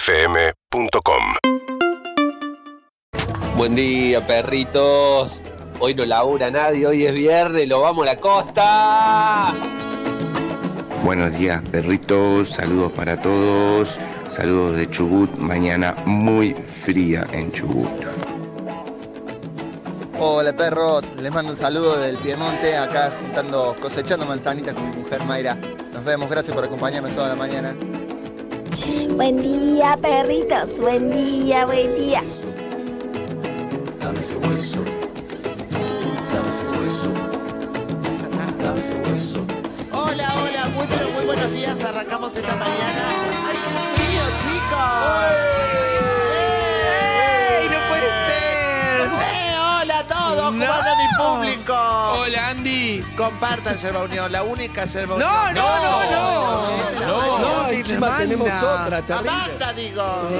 UrbanaPlayFM.com Buen día, perritos. Hoy no labura nadie, hoy es viernes, lo vamos a la costa. Buenos días, perritos. Saludos para todos. Saludos de Chubut. Mañana muy fría en Chubut. Hola perros, les mando un saludo del Piemonte, acá juntando, cosechando manzanitas con mi mujer Mayra. Nos vemos, gracias por acompañarnos toda la mañana. Buen día, perritos. Buen día, buen día. Dame ese hueso. Dame ese hueso. Dame ese hueso. Hola, hola, muy pero muy buenos días. Arrancamos esta mañana. ¡Ay, qué frío, chicos! ¡Ey! ¡Ey! ¡No puede ser! ¡Ey, ¡Eh! hola a todos! No. ¿Cómo anda mi público? Hola, Andy. Compartan Yerba Unión, la única Yerba Unión. No, no, no, no. Esta No, mañana. no, encima tenemos otra. La banda, digo.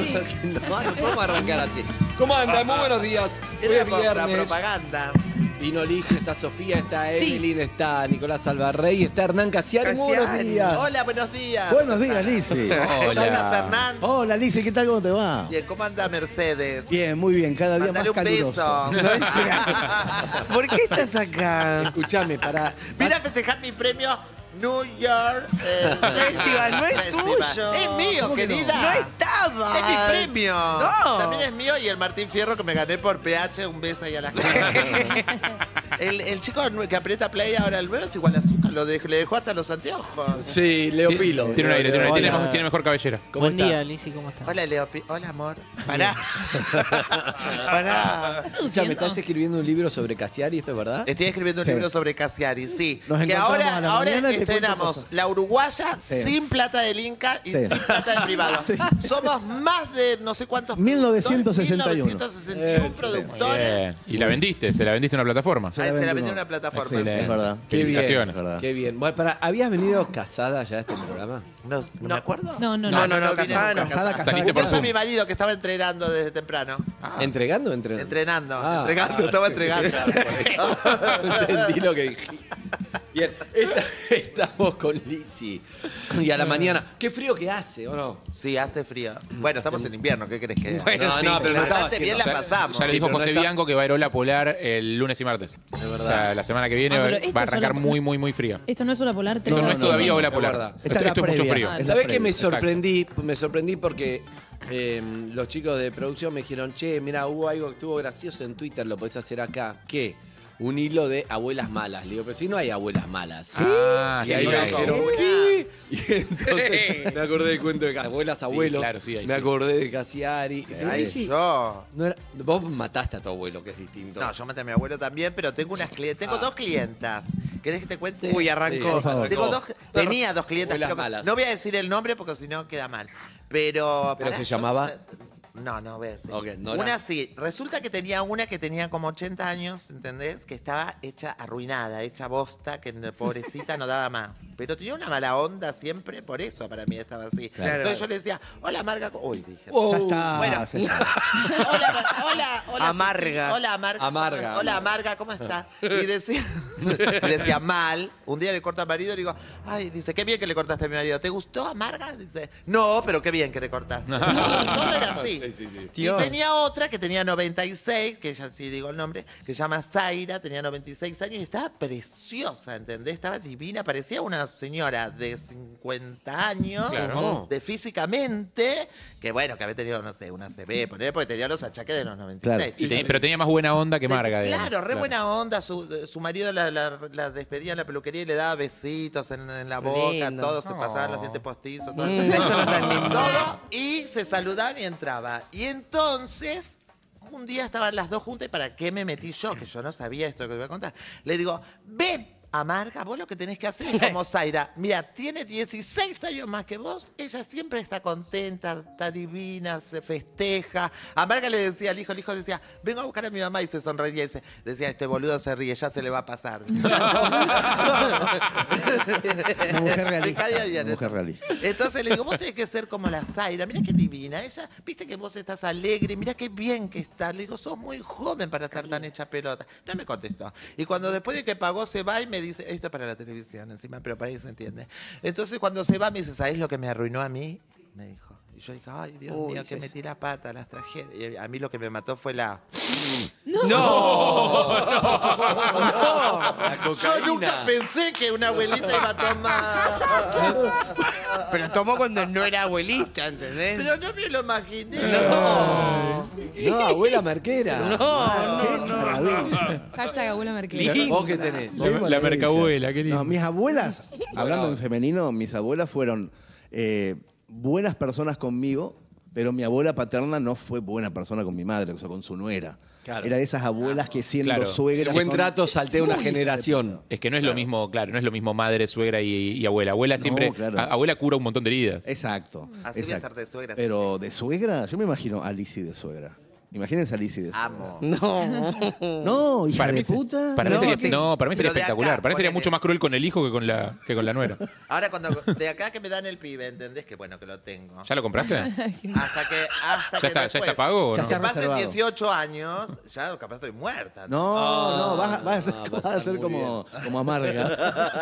No, no podemos arrancar así. ¿Cómo andan? Muy buenos días. Hoy es Era por la viernes. propaganda. Vino Licio, está Sofía, está Evelyn, está Nicolás Alvarrey, está Hernán Casiari. Muy buenos Cassiari. días. Hola, buenos días. Buenos días, Lice. Hola, Fernández. Hola, Lice, ¿qué tal? ¿Cómo te va? Bien, ¿Cómo anda Mercedes? Bien, muy bien, cada día más Mandale un caluroso. beso. ¿Por qué estás acá? Escuchame, para. Vine a festejar mi premio New York eh, Festival, no es tuyo. Es mío, ¿Cómo que no? querida. No estaba. Es mi premio. No. También es mío y el Martín Fierro que me gané por PH. Un beso ahí a la gente. el, el chico que aprieta play ahora el 9 es igual a azúcar. Lo dej- le dejó hasta los anteojos. Sí, Leo Pilo. Tiene un aire, tiene, un aire, tiene, Hola. mejor- tiene mejor cabellera. ¿Cómo está? Lizzy, ¿cómo estás? Hola, Leo. Pi- Hola, amor. Pará. Pará. Ya me estás escribiendo un libro sobre Casiari, ¿esto es verdad? Estoy escribiendo un Sí. libro sobre Cassiari, sí. Nos que encontramos ahora, a la ahora mañana y te cuento estrenamos cosas. La Uruguaya Sí. sin plata del Inca y Sí. sin plata del privado. Sí. Somos más de no sé cuántos. 1961. Eh, 1961 productores. Bien. Y la vendiste, se la vendiste a una Ah, plataforma. Ahí se la vendió vendimos. en una plataforma. Sí, es verdad. Qué bien, Felicitaciones. es verdad. Qué bien. Bueno, para, ¿habías venido casada ya a este programa? No, no me acuerdo. No, no, no, no, no, casada, no. Casada, casada. Saliste por Por eso casada. mi marido que estaba entrenando desde temprano. ¿Entregando o entrenando? Entrenando, Ah. entregando, estaba entregando. No entendí lo que dijiste. Bien, esta- estamos con Lizzy. Y a la mañana. Qué frío que hace, ¿o no? sí, hace frío. Bueno, estamos en invierno, ¿qué crees que? Bueno, no, no, pero no estaba Bastante bien la Ya- pasamos. Ya le dijo Sí, pero no José está- Bianco que va a ir Ola Polar el lunes y martes. O sea, la semana que viene Ah, va- pero esto va a es arrancar Ola- muy, muy, muy fría. Esto no es una polar Esto no, es no, todavía no, Ola es Polar. verdad. Esto, Esta es la esto es mucho previa. frío. Ah, es la ¿Sabés que me Exacto. sorprendí? Me sorprendí porque eh, los chicos de producción me dijeron, che, mira, hubo algo que estuvo gracioso en Twitter, lo podés hacer acá. ¿Qué? Un hilo de abuelas malas. Le digo, pero si no hay abuelas malas. Ah, y sí, ahí lo me dijo. dijeron, ¿qué? Y entonces me acordé del cuento de abuelas, abuelos. claro, sí, ahí me sí. acordé de Casiari. Ay, Ahí sí. yo. No era- vos mataste a tu abuelo, que es distinto. Ah. No, yo maté a mi abuelo también, pero tengo unas cli- tengo dos clientas. ¿Querés que te cuente? Uy, Sí, arrancó. por favor. Tengo dos- tenía dos clientas. Abuelas pero que- malas. No voy a decir el nombre porque si no queda mal. Pero. ¿Pero se yo- llamaba? No, no voy a decir. Ok, Nora. una sí. Resulta que tenía una que tenía como 80 años, ¿entendés? Que estaba hecha arruinada, hecha bosta, que no- pobrecita no daba más. Pero tenía una mala onda siempre, por eso para mí estaba así. Entonces yo le decía, hola Marga. co-". Uy, dije. Oh, Ya está. Bueno. ya está. Hola, ma- hola, hola. Amarga. Ceci. Hola, amarga. Amarga, ¿Cómo- Hola, amarga, ¿cómo estás? Y decía, y decía mal. Un día le corta al marido y le digo, ay, dice, qué bien que le cortaste a mi marido. ¿Te gustó, amarga? Dice, no, pero qué bien que le cortaste. todo, todo era así. Y tenía otra que tenía 96, que ya sí digo el nombre, que se llama Zaira, tenía 96 años y estaba preciosa, ¿entendés? Estaba divina, parecía una señora de 50 años, Claro. de físicamente, que bueno, que había tenido, no sé, una CB, poner, porque tenía los achaques de los 96. Y te- pero tenía más buena onda que Marga. Claro, digamos. re buena onda. Su, su marido la, la- la despedía en la peluquería y le daba besitos en, en la boca, Lindo. todo, se No. pasaban los dientes postizos, todo. Mm, eso no es tan lindo. Todo, y se saludaban y entraba. Y entonces. Un día estaban las dos juntas y para qué me metí yo, que yo no sabía esto que te voy a contar. Le digo, ven, Amarga, vos lo que tenés que hacer es como Zaira. Mira, tiene 16 años más que vos, ella siempre está contenta, está divina, se festeja. Amarga le decía al hijo, el hijo decía, vengo a buscar a mi mamá y se sonreía y se- decía, este boludo se ríe, ya se le va a pasar. Una mujer realista. Dejá de odiar. Una mujer realista. Entonces le digo, vos tenés que ser como la Zaira, mirá qué divina. Ella, viste que vos estás alegre, mirá qué bien que estás. Le digo, sos muy joven para estar tan hecha pelota. No me contestó. Y cuando después de que pagó se va y me dice, esto es para la televisión encima, pero para ahí se entiende. Entonces cuando se va me dice, ¿sabés lo que me arruinó a mí? Me dijo. Y yo dije, ay, Dios Uy, mío, que Jess. metí la pata, las tragedias. Y a mí lo que me mató fue la... No. Yo nunca pensé que una abuelita iba a tomar. Pero tomó cuando no era abuelita, ¿entendés? Pero no me lo imaginé. No, abuela marquera. No, no, no. Hashtag abuela Merkel. Vos que tenés. La- la mercabuela, qué lindo. No, mis abuelas, hablando en femenino, mis abuelas fueron eh, buenas personas conmigo, pero mi abuela paterna no fue buena persona con mi madre, o sea, con su nuera. Claro. Era de esas abuelas que siendo Claro. suegras. El buen son trato saltea una muy generación. Es que no es lo mismo, claro, no es lo mismo madre, suegra y, y abuela. Abuela No, siempre, claro. a- abuela cura un montón de heridas. Exacto. Así voy a Exacto. ser de suegra. Pero de suegra, yo me imagino a Lizzie de suegra. Imagínense a Lizzie de suegra. Amo. No. No, hija Para de mí se- puta. Para mí no, sería, ¿qué? no, para mí sería Pero de acá, espectacular. para mí sería ponele. mucho más cruel con el hijo que con la, que con la nuera. Ahora cuando de acá que me dan el pibe, ¿entendés? Que bueno, que lo tengo. ¿Ya lo compraste? Hasta que hasta ¿Ya que está- ya después, está pago o que no? Ya está pasen reservado. 18 años, ya capaz estoy muerta. Ah. No, no, vas, a- vas a ser, no, vas a ser muy como, como amarga.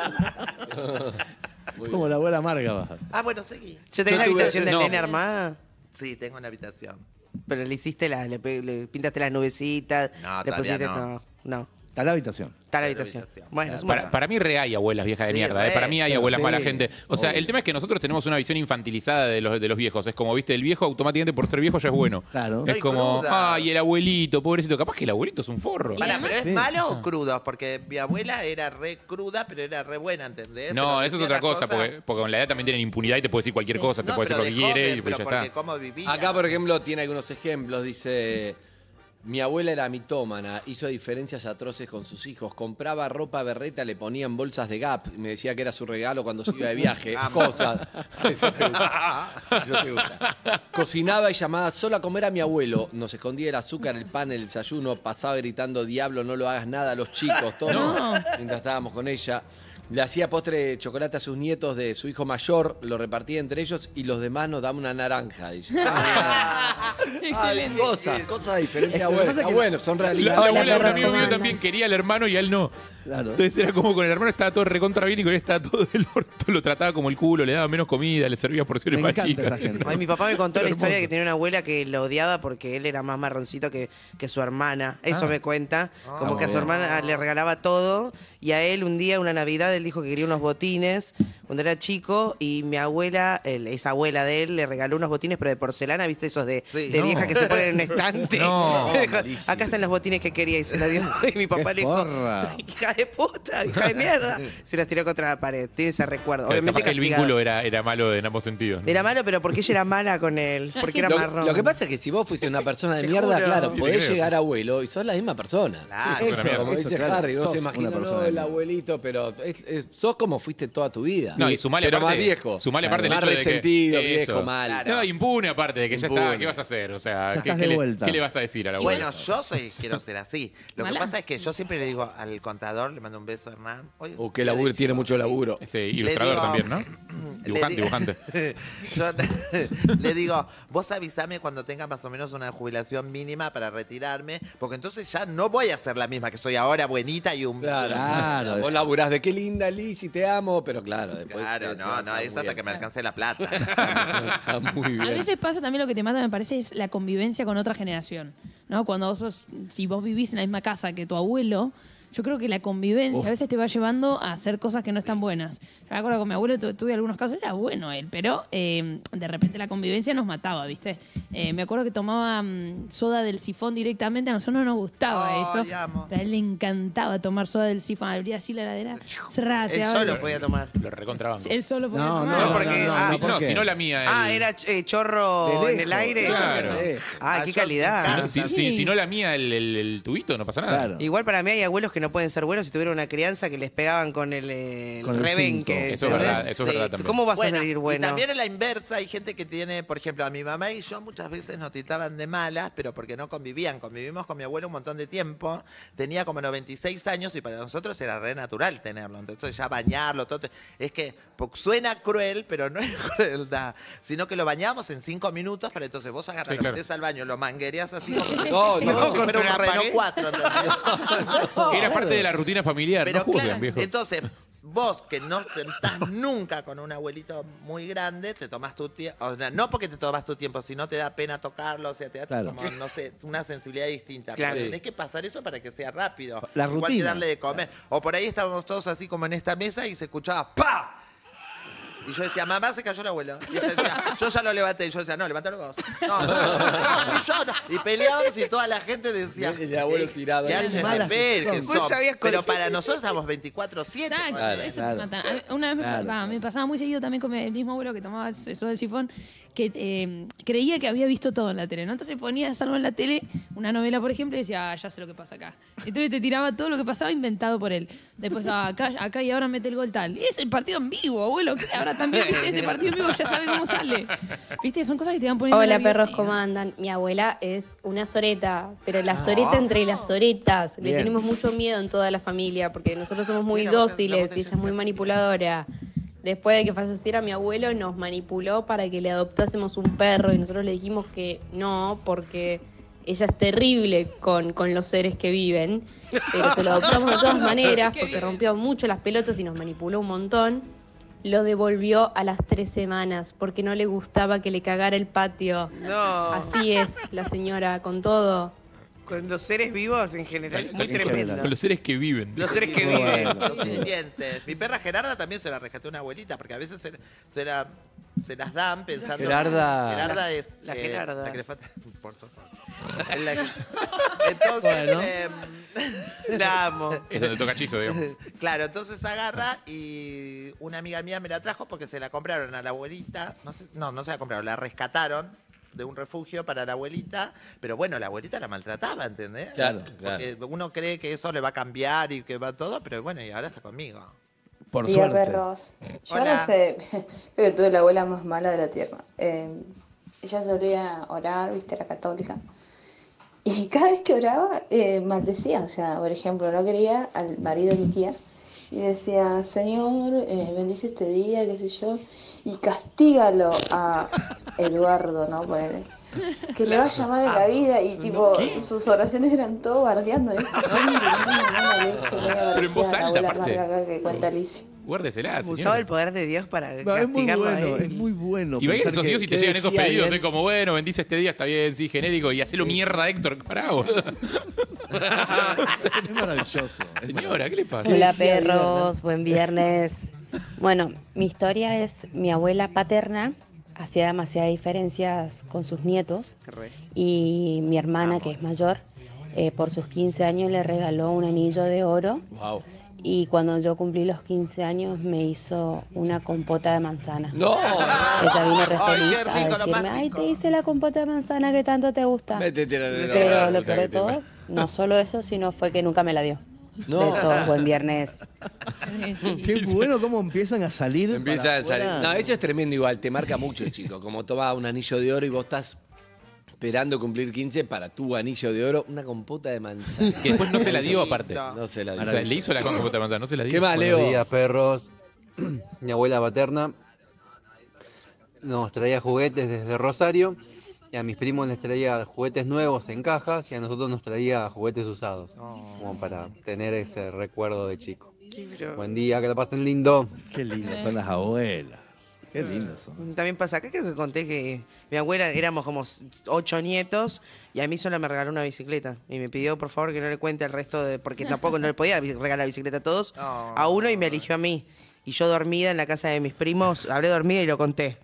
como la abuela amarga vas. a ser. Ah, bueno, seguí. ¿Ya tenés la habitación del nene armada? Sí, tengo una habitación. Pero le hiciste las, le, pe- le pintaste las nubecitas, No, le todavía pusiste no. no. no. Está la habitación. Está la habitación. Bueno, es un Para, montón. para mí re hay abuelas viejas de Sí, mierda, ¿eh? re. para mí hay Pero abuelas sí, mala gente. O sea, el tema es que nosotros tenemos una visión infantilizada de los, de los viejos. Es como, viste, el viejo automáticamente por ser viejo ya es bueno. Claro. Es Ay, como, cruda. ay, el abuelito, pobrecito. Capaz que el abuelito es un forro. Pará, ¿pero es Sí. malo o crudo? Porque mi abuela era re cruda, pero era re buena, ¿entendés? No, Pero eso es decía otra las cosa, cosas- porque, porque con la edad también tienen impunidad y te puede decir cualquier cosa, te No, puede decir lo pero que de joven, quiere y pues pero ya porque está. cómo vivía. Acá, por ejemplo, tiene algunos ejemplos. Dice, mi abuela era mitómana, hizo diferencias atroces con sus hijos, compraba ropa berreta, le ponían bolsas de Gap, y me decía que era su regalo cuando se iba de viaje, cosas. Eso te gusta. Eso te gusta. Cocinaba y llamaba solo a comer a mi abuelo. Nos escondía el azúcar, el pan, el desayuno. Pasaba gritando, diablo, no lo hagas nada a los chicos. Todo mientras estábamos con ella. Le hacía postre de chocolate a sus nietos de su hijo mayor, lo repartía entre ellos y los demás nos daban una naranja. Dice. Excelente. Cosas, cosas de diferencia Lo que abuela. pasa es que Ah, bueno, son La, realidades. la abuela de un amigo mío también quería al hermano y a él no. Entonces era como con el hermano estaba todo recontra bien y con él estaba todo del orto, lo trataba como el culo, le daba menos comida, le servía porciones más chicas. Ay, mi papá me contó la Hermoso. historia de que tenía una abuela que lo odiaba porque él era más marroncito que, que su hermana. Eso Ah. me cuenta. Como Ah, que a su bien. hermana le regalaba todo. Y a él un día, una Navidad, él dijo que quería unos botines cuando era chico. Y mi abuela, el- esa abuela de él, le regaló unos botines, pero de porcelana, ¿viste? Esos de, de No. vieja que se ponen en un estante. No, Le dijo, malísimo. Acá están los botines que quería y se los dio. Y mi papá le dijo, Porra. hija de puta, hija de mierda. Se las tiró contra la pared. Tiene ese recuerdo. Obviamente Capaz que el castigado. vínculo era, era malo en ambos sentidos. ¿no? Era malo, pero porque ella era mala con él, porque era lo, marrón. lo que pasa es que si vos fuiste una persona de Te mierda, juro. claro, Sí, te podés creo, llegar sí. abuelo y sos la misma persona. Claro. Sí, sos una eso, mierda. como Eso, dice claro. Harry, vos Sos te una imaginas persona no, de el mierda. abuelito, pero es- es- sos como fuiste toda tu vida. No, y sumale pero aparte, más viejo. Sumale Claro. aparte el más hecho de que- resentido, eso. viejo, mal. No, impune aparte de que ya está, Impune. ¿qué vas a hacer? O sea, Ya ¿qué, estás qué de le, vuelta. qué le vas a decir a la abuela? Bueno, yo soy, quiero ser así. Lo Mala. que pasa es que yo siempre le digo al contador, le mando un beso a Hernán. Oye, Uh, O que laburo tiene mucho laburo. Ese ilustrador digo- también, ¿no? Dibujante, digo- dibujante. Yo le digo, vos avisame cuando tenga más o menos una jubilación mínima para retirarme, porque entonces ya no voy a ser la misma que soy ahora, buenita y un... Claro. Claro, Vos laburás de qué linda Lizzy, te amo, pero claro, después. Claro, no, no, es hasta que me alcance la plata. Está muy bien. A veces pasa también lo que te mata, me parece, es la convivencia con otra generación. ¿no? Cuando vos sos- si vos vivís en la misma casa que tu abuelo, yo creo que la convivencia Uf. a veces te va llevando a hacer cosas que no están buenas. Yo me acuerdo con mi abuelo, tu- tuve algunos casos, era bueno él, pero eh, de repente la convivencia nos mataba, ¿viste? Eh, me acuerdo que tomaba mm, soda del sifón directamente, a nosotros no nos gustaba Ay, eso. amo. Pero a él le encantaba tomar soda del sifón, abría así la heladera, cerraba, Él se daba- solo podía tomar. Lo recontrabanco. él solo podía No, no, tomar. no, no, porque- no, ah, no, Si- ¿por no, qué? si no la mía. el- Ah, era eh, chorro De lejos, en el aire. claro. Sí. Ah, qué calidad. si no- si, si- si no la mía, el, el- el tubito, no pasa nada. Claro. Igual para mí hay abuelos que no pueden ser buenos si tuvieron una crianza que les pegaban con el, eh, Con el rebenque. cinco. Eso es ¿entendés? verdad, eso es verdad también. ¿Cómo vas Bueno, a salir bueno? Y también en la inversa, hay gente que tiene, por ejemplo, a mi mamá y yo muchas veces nos trataban de malas, pero porque no convivían. Convivimos con mi abuelo un montón de tiempo. Tenía como 96 años y para nosotros era re natural tenerlo. Entonces ya bañarlo, todo. te- Es que po- suena cruel, pero no es crueldad, sino que lo bañamos en 5 minutos para entonces vos agarras, Sí, lo claro. metés al baño, lo manguerías así como, No, como no, si fuera contra la un Renault pared. 4. ¿entendés? Era parte de la rutina familiar, no juzguen, claro, viejo. Entonces, vos que no te- estás nunca con un abuelito muy grande, te tomas tu tiempo, o sea, no porque te tomas tu tiempo, sino te da pena tocarlo, o sea, te da Claro. como, no sé, una sensibilidad distinta. Claro. Pero tenés que pasar eso para que sea rápido. La Igual que rutina. darle de comer. O por ahí estábamos todos así como en esta mesa y se escuchaba ¡pa! Y yo decía, mamá, se cayó el abuelo. Y ella decía, yo ya lo levanté. Y yo decía, no, levantalo vos. No, no, no, fui yo, no. Y peleábamos y toda la gente decía. Y el abuelo "Eh, tirado qué ahí. anchos Malas de ver que que son. son". Vos sabías con- Pero para nosotros estamos 24-7. Exacto, Claro, eso claro. te mata. A mí- Una vez me, Claro. va, me pasaba muy seguido también con el mismo abuelo que tomaba eso del sifón, que eh, creía que había visto todo en la tele, ¿no? Entonces ponía algo en la tele, una novela, por ejemplo, y decía, ah, ya sé lo que pasa acá. Entonces te tiraba todo lo que pasaba inventado por él. Después, ah, acá, acá y ahora mete el gol tal. Es el partido en vivo, abuelo. ¿qué? Ahora también este partido en vivo ya sabe cómo sale. ¿Viste? Son cosas que te van poniendo Hola nerviosa perros, y- ¿cómo andan? Mi abuela es una soreta, pero la soreta entre las soretas. Le Bien. tenemos mucho miedo en toda la familia porque nosotros somos muy dóciles y ella es muy manipuladora. Después de que falleciera mi abuelo, nos manipuló para que le adoptásemos un perro y nosotros le dijimos que no, porque ella es terrible con, con los seres que viven. Pero se lo adoptamos de todas maneras porque rompió mucho las pelotas y nos manipuló un montón. Lo devolvió a las tres semanas porque no le gustaba que le cagara el patio. No. Así es, la señora, con todo. Con los seres vivos en general es muy Con los- tremendo. Con los seres que viven. Los seres que viven. Los sirvientes. Mi perra Gerarda también se la rescató una abuelita, porque a veces se, se la- se las dan pensando. Gerarda. Gerarda La- es. la eh, Gerarda. la que le falta. Por favor. La- Entonces. Bueno. em, La amo. Es donde toca hechizo, digamos. Claro, entonces agarra y una amiga mía me la trajo porque se la compraron a la abuelita. No, sé- no, no se la compraron, la rescataron de un refugio para la abuelita, pero bueno, la abuelita la maltrataba, ¿entendés? Claro, Porque uno cree que eso le va a cambiar y que va todo, pero bueno, y ahora está conmigo. Por Día suerte. perros. Yo Hola. no sé, creo que tuve la abuela más mala de la tierra. Eh, ella solía orar, viste, era católica. Y cada vez que oraba, eh, maldecía. O sea, por ejemplo, no quería al marido de mi tía. Y decía, Señor, eh, bendice este día, qué sé yo. Y castígalo a Eduardo, ¿no? Ponele. Que le vaya mal en la vida. Y tipo, sus oraciones eran todo bardeando. ¿viste? Pero en voz La alta, abuela aparte. amarga que cuenta Alicia. Guárdesela, Usaba el señor. poder de Dios para No, es muy castigarlo a bueno, él. es muy bueno. Y va a ir pensar esos que- dios y te que llegan esos decía pedidos. bien. Es como, bueno, bendice este día, está bien, sí, genérico. Y hacelo mierda, Héctor. Pará, boludo. es maravilloso. Señora, ¿qué le pasa? Hola perros, buen viernes. Bueno, mi historia es mi abuela paterna hacía demasiadas diferencias con sus nietos y mi hermana que es mayor eh, por sus 15 años le regaló un anillo de oro Wow. y cuando yo cumplí los 15 años me hizo una compota de manzana. No. Ella vino re Ay, feliz qué a rico, lo más decirme, ay, te hice la compota de manzana que tanto te gusta. Métete en el Pero orgasmo, lo o sea, peor de que te- todo, no solo eso, sino fue que nunca me la dio. No. Besos, buen viernes. Qué bueno cómo empiezan a salir. Empieza para a salir. afuera. No, eso es tremendo igual, te marca mucho, chico. Como toma un anillo de oro y vos estás esperando cumplir 15 para tu anillo de oro, una compota de manzana. Que después no se la dio, aparte. No se la dio. O sea, le hizo la compota de manzana, no se la dio. Qué mal, Buenos Leo. días, perros. Mi abuela paterna nos traía juguetes desde Rosario y a mis primos les traía juguetes nuevos en cajas y a nosotros nos traía juguetes usados. Como para tener ese recuerdo de chico. Buen día, que la pasen lindo. Qué lindo son las abuelas. Qué lindas son. También pasa, acá creo que conté que mi abuela éramos como s- ocho nietos y a mí sola me regaló una bicicleta y me pidió por favor que no le cuente al resto de, porque tampoco no le podía bi- regalar la bicicleta a todos, a uno y me eligió a mí. Y yo dormida en la casa de mis primos, hablé dormida y lo conté.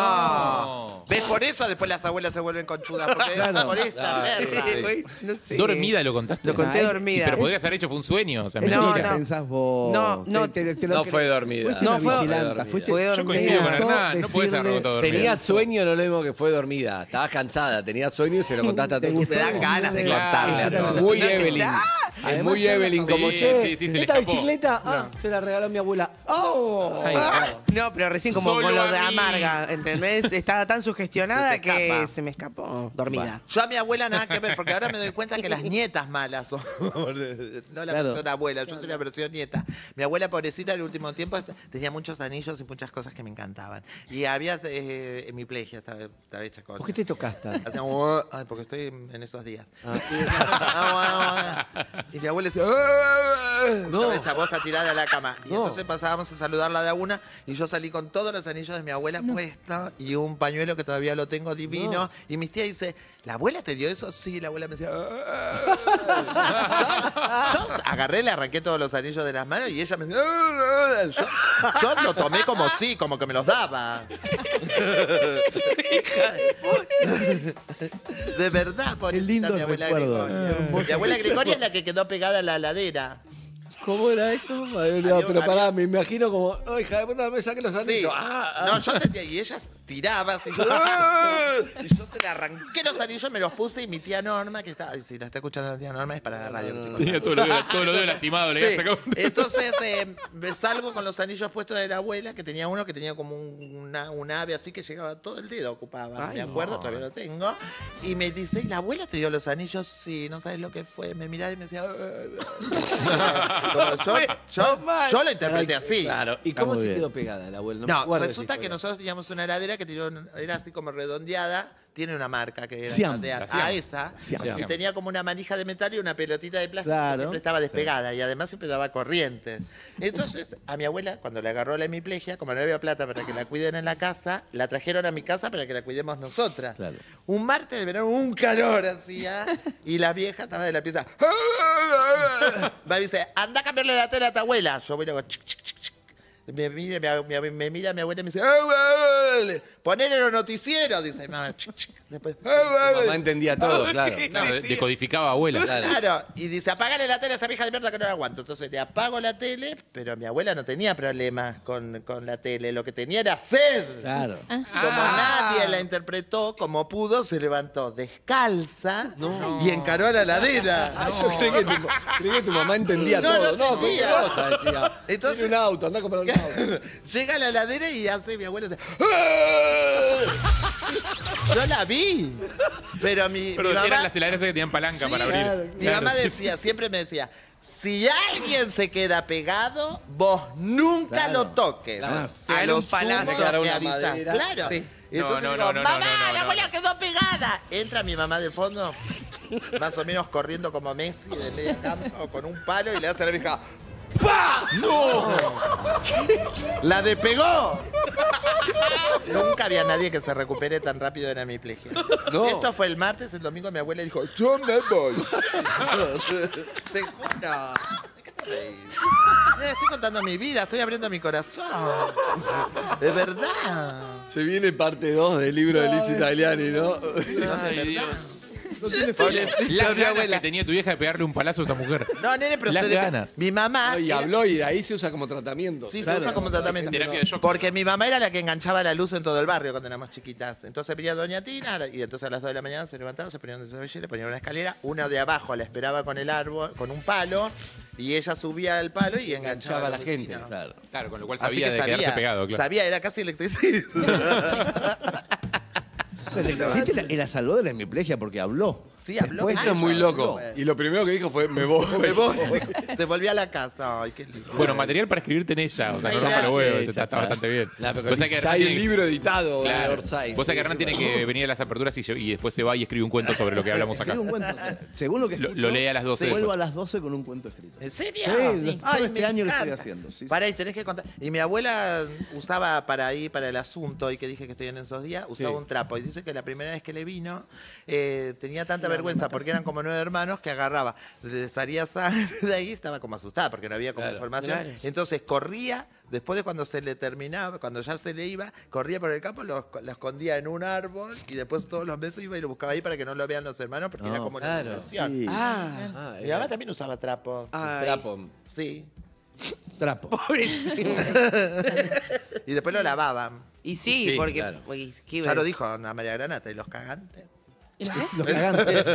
No. ¿Ves por eso después las abuelas se vuelven conchudas? Porque Claro. por esta Ah, sí, perra. sí. No sé. Dormida lo contaste. Lo conté Ah, es- dormida. Pero podrías haber hecho, fue un sueño. O sea, No, mentira. no. Pensás vos. No, no. No fue dormida. Fuiste una vigilanta, fuiste- Fue Yo dormida. coincido con Hernán, no podés Decirle- haberlo contado dormida. Tenía sueño, no lo mismo que fue dormida. Estabas cansada, tenía sueño y se lo contaste a todos. Me dan ganas de contarle a todos. Muy No, Evelyn. claro. Es Además, muy era una Evelyn, como sí, che, sí, sí, se le esta escapó". bicicleta ah, se la regaló mi abuela. ¡Oh! Ay, Ah. No, pero recién como Solo con lo a de mí. amarga, ¿entendés? Estaba tan sugestionada Se te que escapa. se me escapó dormida. Yo a mi abuela nada que ver, porque ahora me doy cuenta que las nietas malas son. No la Claro. persona abuela, yo soy la versión nieta. Mi abuela pobrecita en el último tiempo est- tenía muchos anillos y muchas cosas que me encantaban. Y había eh, en mi plegia, estaba, estaba hecha con. ¿Por qué te tocaste? Hacía un- Ay, porque estoy en esos días. Ah. Y- Y mi abuela decía, "Ah". no. Echa, vos está tirada a la cama. Y entonces pasábamos a saludarla de a una y yo salí con todos los anillos de mi abuela puestos y un pañuelo que todavía lo tengo divino. No. Y mis tías dice, ¿la abuela te dio eso? Sí, la abuela me decía, "Ah". yo, yo agarré, le arranqué todos los anillos de las manos y ella me decía, "Ah". yo, yo lo tomé como sí, como que me los daba. De verdad, por mi abuela recuerdo. Gregoria. Hermoso. Mi abuela Gregoria es la que quedó pegada a la ladera. ¿Cómo era eso? Ay, no, pero pará, me imagino como, "Ay, hija de puta, me saqué los anillos. Ah, ah. No, yo te, y ellas tiraba así. ¡ah! Y yo se le arranqué los anillos, me los puse y mi tía Norma, que está. ay, Si la está escuchando la tía Norma, es para la radio. que estoy Tenía contando. todos los dedos, todos los dedos lastimados, le había Sí. sacado un- Entonces eh, me salgo con los anillos puestos de la abuela, que tenía uno que tenía como un, una- un ave así que llegaba todo el dedo, ocupaba. Ay, me acuerdo, no. todavía lo tengo. Y me dice, ¿y la abuela te dio los anillos? Sí, no sabes lo que fue. Me miraba y me decía. "Ah, Como yo, yo, yo la interpreté así. Claro. ¿Y Está cómo muy se bien. quedó pegada la abuela? me No, acuerdo resulta esa que historia. nosotros teníamos una heladera que tenía un- era así como redondeada, tiene una marca que era Siam. de La Siam. a esa, Siam. y Siam. tenía como una manija de metal y una pelotita de plástico Claro. que siempre estaba despegada y además siempre daba corrientes. Entonces, a mi abuela, cuando le agarró la hemiplegia, como no había plata para que la cuiden en la casa, la trajeron a mi casa para que la cuidemos nosotras. Un martes de verano, un calor ¿ah? hacía, y la vieja estaba de la pieza. Va y dice, anda a cambiarle la tela a tu abuela. Yo voy y le hago chic, chic, chic, chic. Me mira, me, me- me mira mi abuela y me dice, "Ah, ah, ah". poner en los noticieros, dice mamá. Chic, chic. Después, "Ah, ah, ah". Mamá entendía todo, claro. eh. Claro, de- Decodificaba abuela. Claro, y dice, apagale la tele a esa vieja de mierda que no la aguanto. Entonces le apago la tele, pero mi abuela no tenía problemas con, con la tele, lo que tenía era sed. Claro. Como nadie la interpretó, como pudo, se levantó descalza y encaró la ladera. Ah, yo creí que, tu, creí que tu mamá entendía No, todo. no No, qué entendía. cosa decía. Entonces, un auto, anda a comprar un auto. Llega a la ladera y hace mi abuela hace, "Ah". Yo la vi. Pero mi, Pero mi mamá. eran las heladeras esas que tenían palanca Sí, para abrir. claro. Mi Claro, mamá sí. decía, siempre me decía, si alguien se queda pegado, vos nunca Claro. lo toques. Claro. A Era lo un palazo. sumo Era me una avisás. madera. Claro. Sí. Y entonces No, no, digo, no, no, mamá, no, la no, no. abuela quedó pegada. Entra mi mamá de fondo, más o menos corriendo como Messi de medio campo, con un palo y le hace a la vieja. ¡Pah! ¡La despegó! Nunca había nadie que se recupere tan rápido de la hemiplegia. No. Esto fue el martes, el domingo mi abuela dijo, yo me voy. Te juro. ¿De qué te reís? Eh, Estoy contando mi vida, estoy abriendo mi corazón. De verdad. Se viene parte 2 del libro de Liz Italiani, ¿no? Ay, Dios. Pobrecita mi Las ganas abuela. que tenía tu vieja de pegarle un palazo a esa mujer. No, nene, pero Las se le- ganas. Mi mamá. y era- habló y ahí se usa como tratamiento. Sí, se usa como tratamiento. Terapia de shock. Porque mi mamá era la que enganchaba la luz en todo el barrio cuando éramos chiquitas. Entonces venía Doña Tina y entonces a las 2 de la mañana se levantaban, se ponían de su le ponían una escalera. Uno de abajo la esperaba con el árbol, con un palo, y ella subía al palo y Enganchaba enganchaba, a la gente, Claro. con lo cual Así sabía que de quedarse pegado, claro. Sabía, era casi electricidad. ¿Viste? La, la salvó de la hemiplegia porque habló. Sí, habló. Después Eso es Pues muy habló. loco. Y lo primero que dijo fue, me voy. Me voy. se volvió a la casa. Ay, qué lindo. Bueno, material para escribirte en ella, o sea, no Ay, rompa gracias. los huevos, Sí, está, ya está está. bastante bien. La- pero Vos sabés que quizá Hernán hay un tiene que- libro editado de Claro. Orsay. Vos sabés que Sí, Hernán sí, tiene sí. que venir a las aperturas y, se- y después se va y escribe un cuento sobre lo que hablamos acá. Escribe un cuento. Según lo que Lo- escucho, lo lee a las 12 Vuelvo después. a las 12 con un cuento escrito. ¿En serio? Sí, lo- todo este me año lo estoy encanta. haciendo, sí, sí. Pará, y tenés que contar. Y mi abuela usaba para ahí, para el asunto, y que dije que estoy en esos días, usaba Sí. un trapo. Y dice que la primera vez que le vino, eh, tenía tanta vergüenza porque eran como nueve hermanos que agarraba. Le salía sangre de ahí, estaba como asustada porque no había como Claro. información. Claro. Entonces corría, después de cuando se le terminaba, cuando ya se le iba, corría por el campo, lo, lo escondía en un árbol y después todos los meses iba y lo buscaba ahí para que no lo vean los hermanos porque era No, como claro. una humillación. Sí. Ah. Ah, Mi mamá también usaba trapo. Ay. Trapo. Sí. Trapo. y después lo lavaban. Y sí, Sí, porque. claro. porque- ¿qué iba Ya a lo decir? dijo Ana María Granata, y los cagantes. Los cagantes.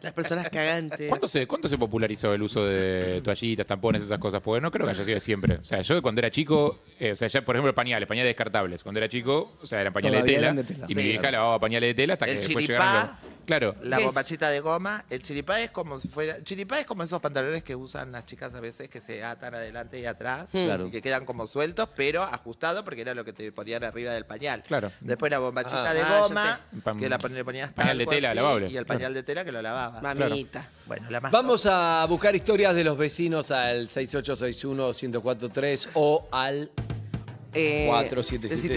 Las personas cagantes. ¿Cuándo se, ¿Cuánto se popularizó el uso de toallitas, tampones, esas cosas? Porque no creo que haya sido de siempre. O sea, yo cuando era chico, eh, o sea, ya por ejemplo pañales, pañales descartables. Cuando era chico, o sea, eran pañales de Todavía tela, eran de tela. Y mi Sí, vieja claro. lavaba pañales de tela hasta que El después chiripá. llegaron los... Claro. La ¿Qué es? bombachita de goma, el chiripá es como si fuera, chiripá es como esos pantalones que usan las chicas a veces que se atan adelante y atrás Hmm. Claro. y que quedan como sueltos, pero ajustados porque era lo que te ponían arriba del pañal. Claro. Después la bombachita Ah, de ah, ya goma, sé. Pam. que la pon- le ponías Pañal de talco tela así, lavable. y el pañal de tela que lo lavaba. Mamita. Bueno, la más Vamos a buscar historias de los vecinos al 6861-1043 o al Eh,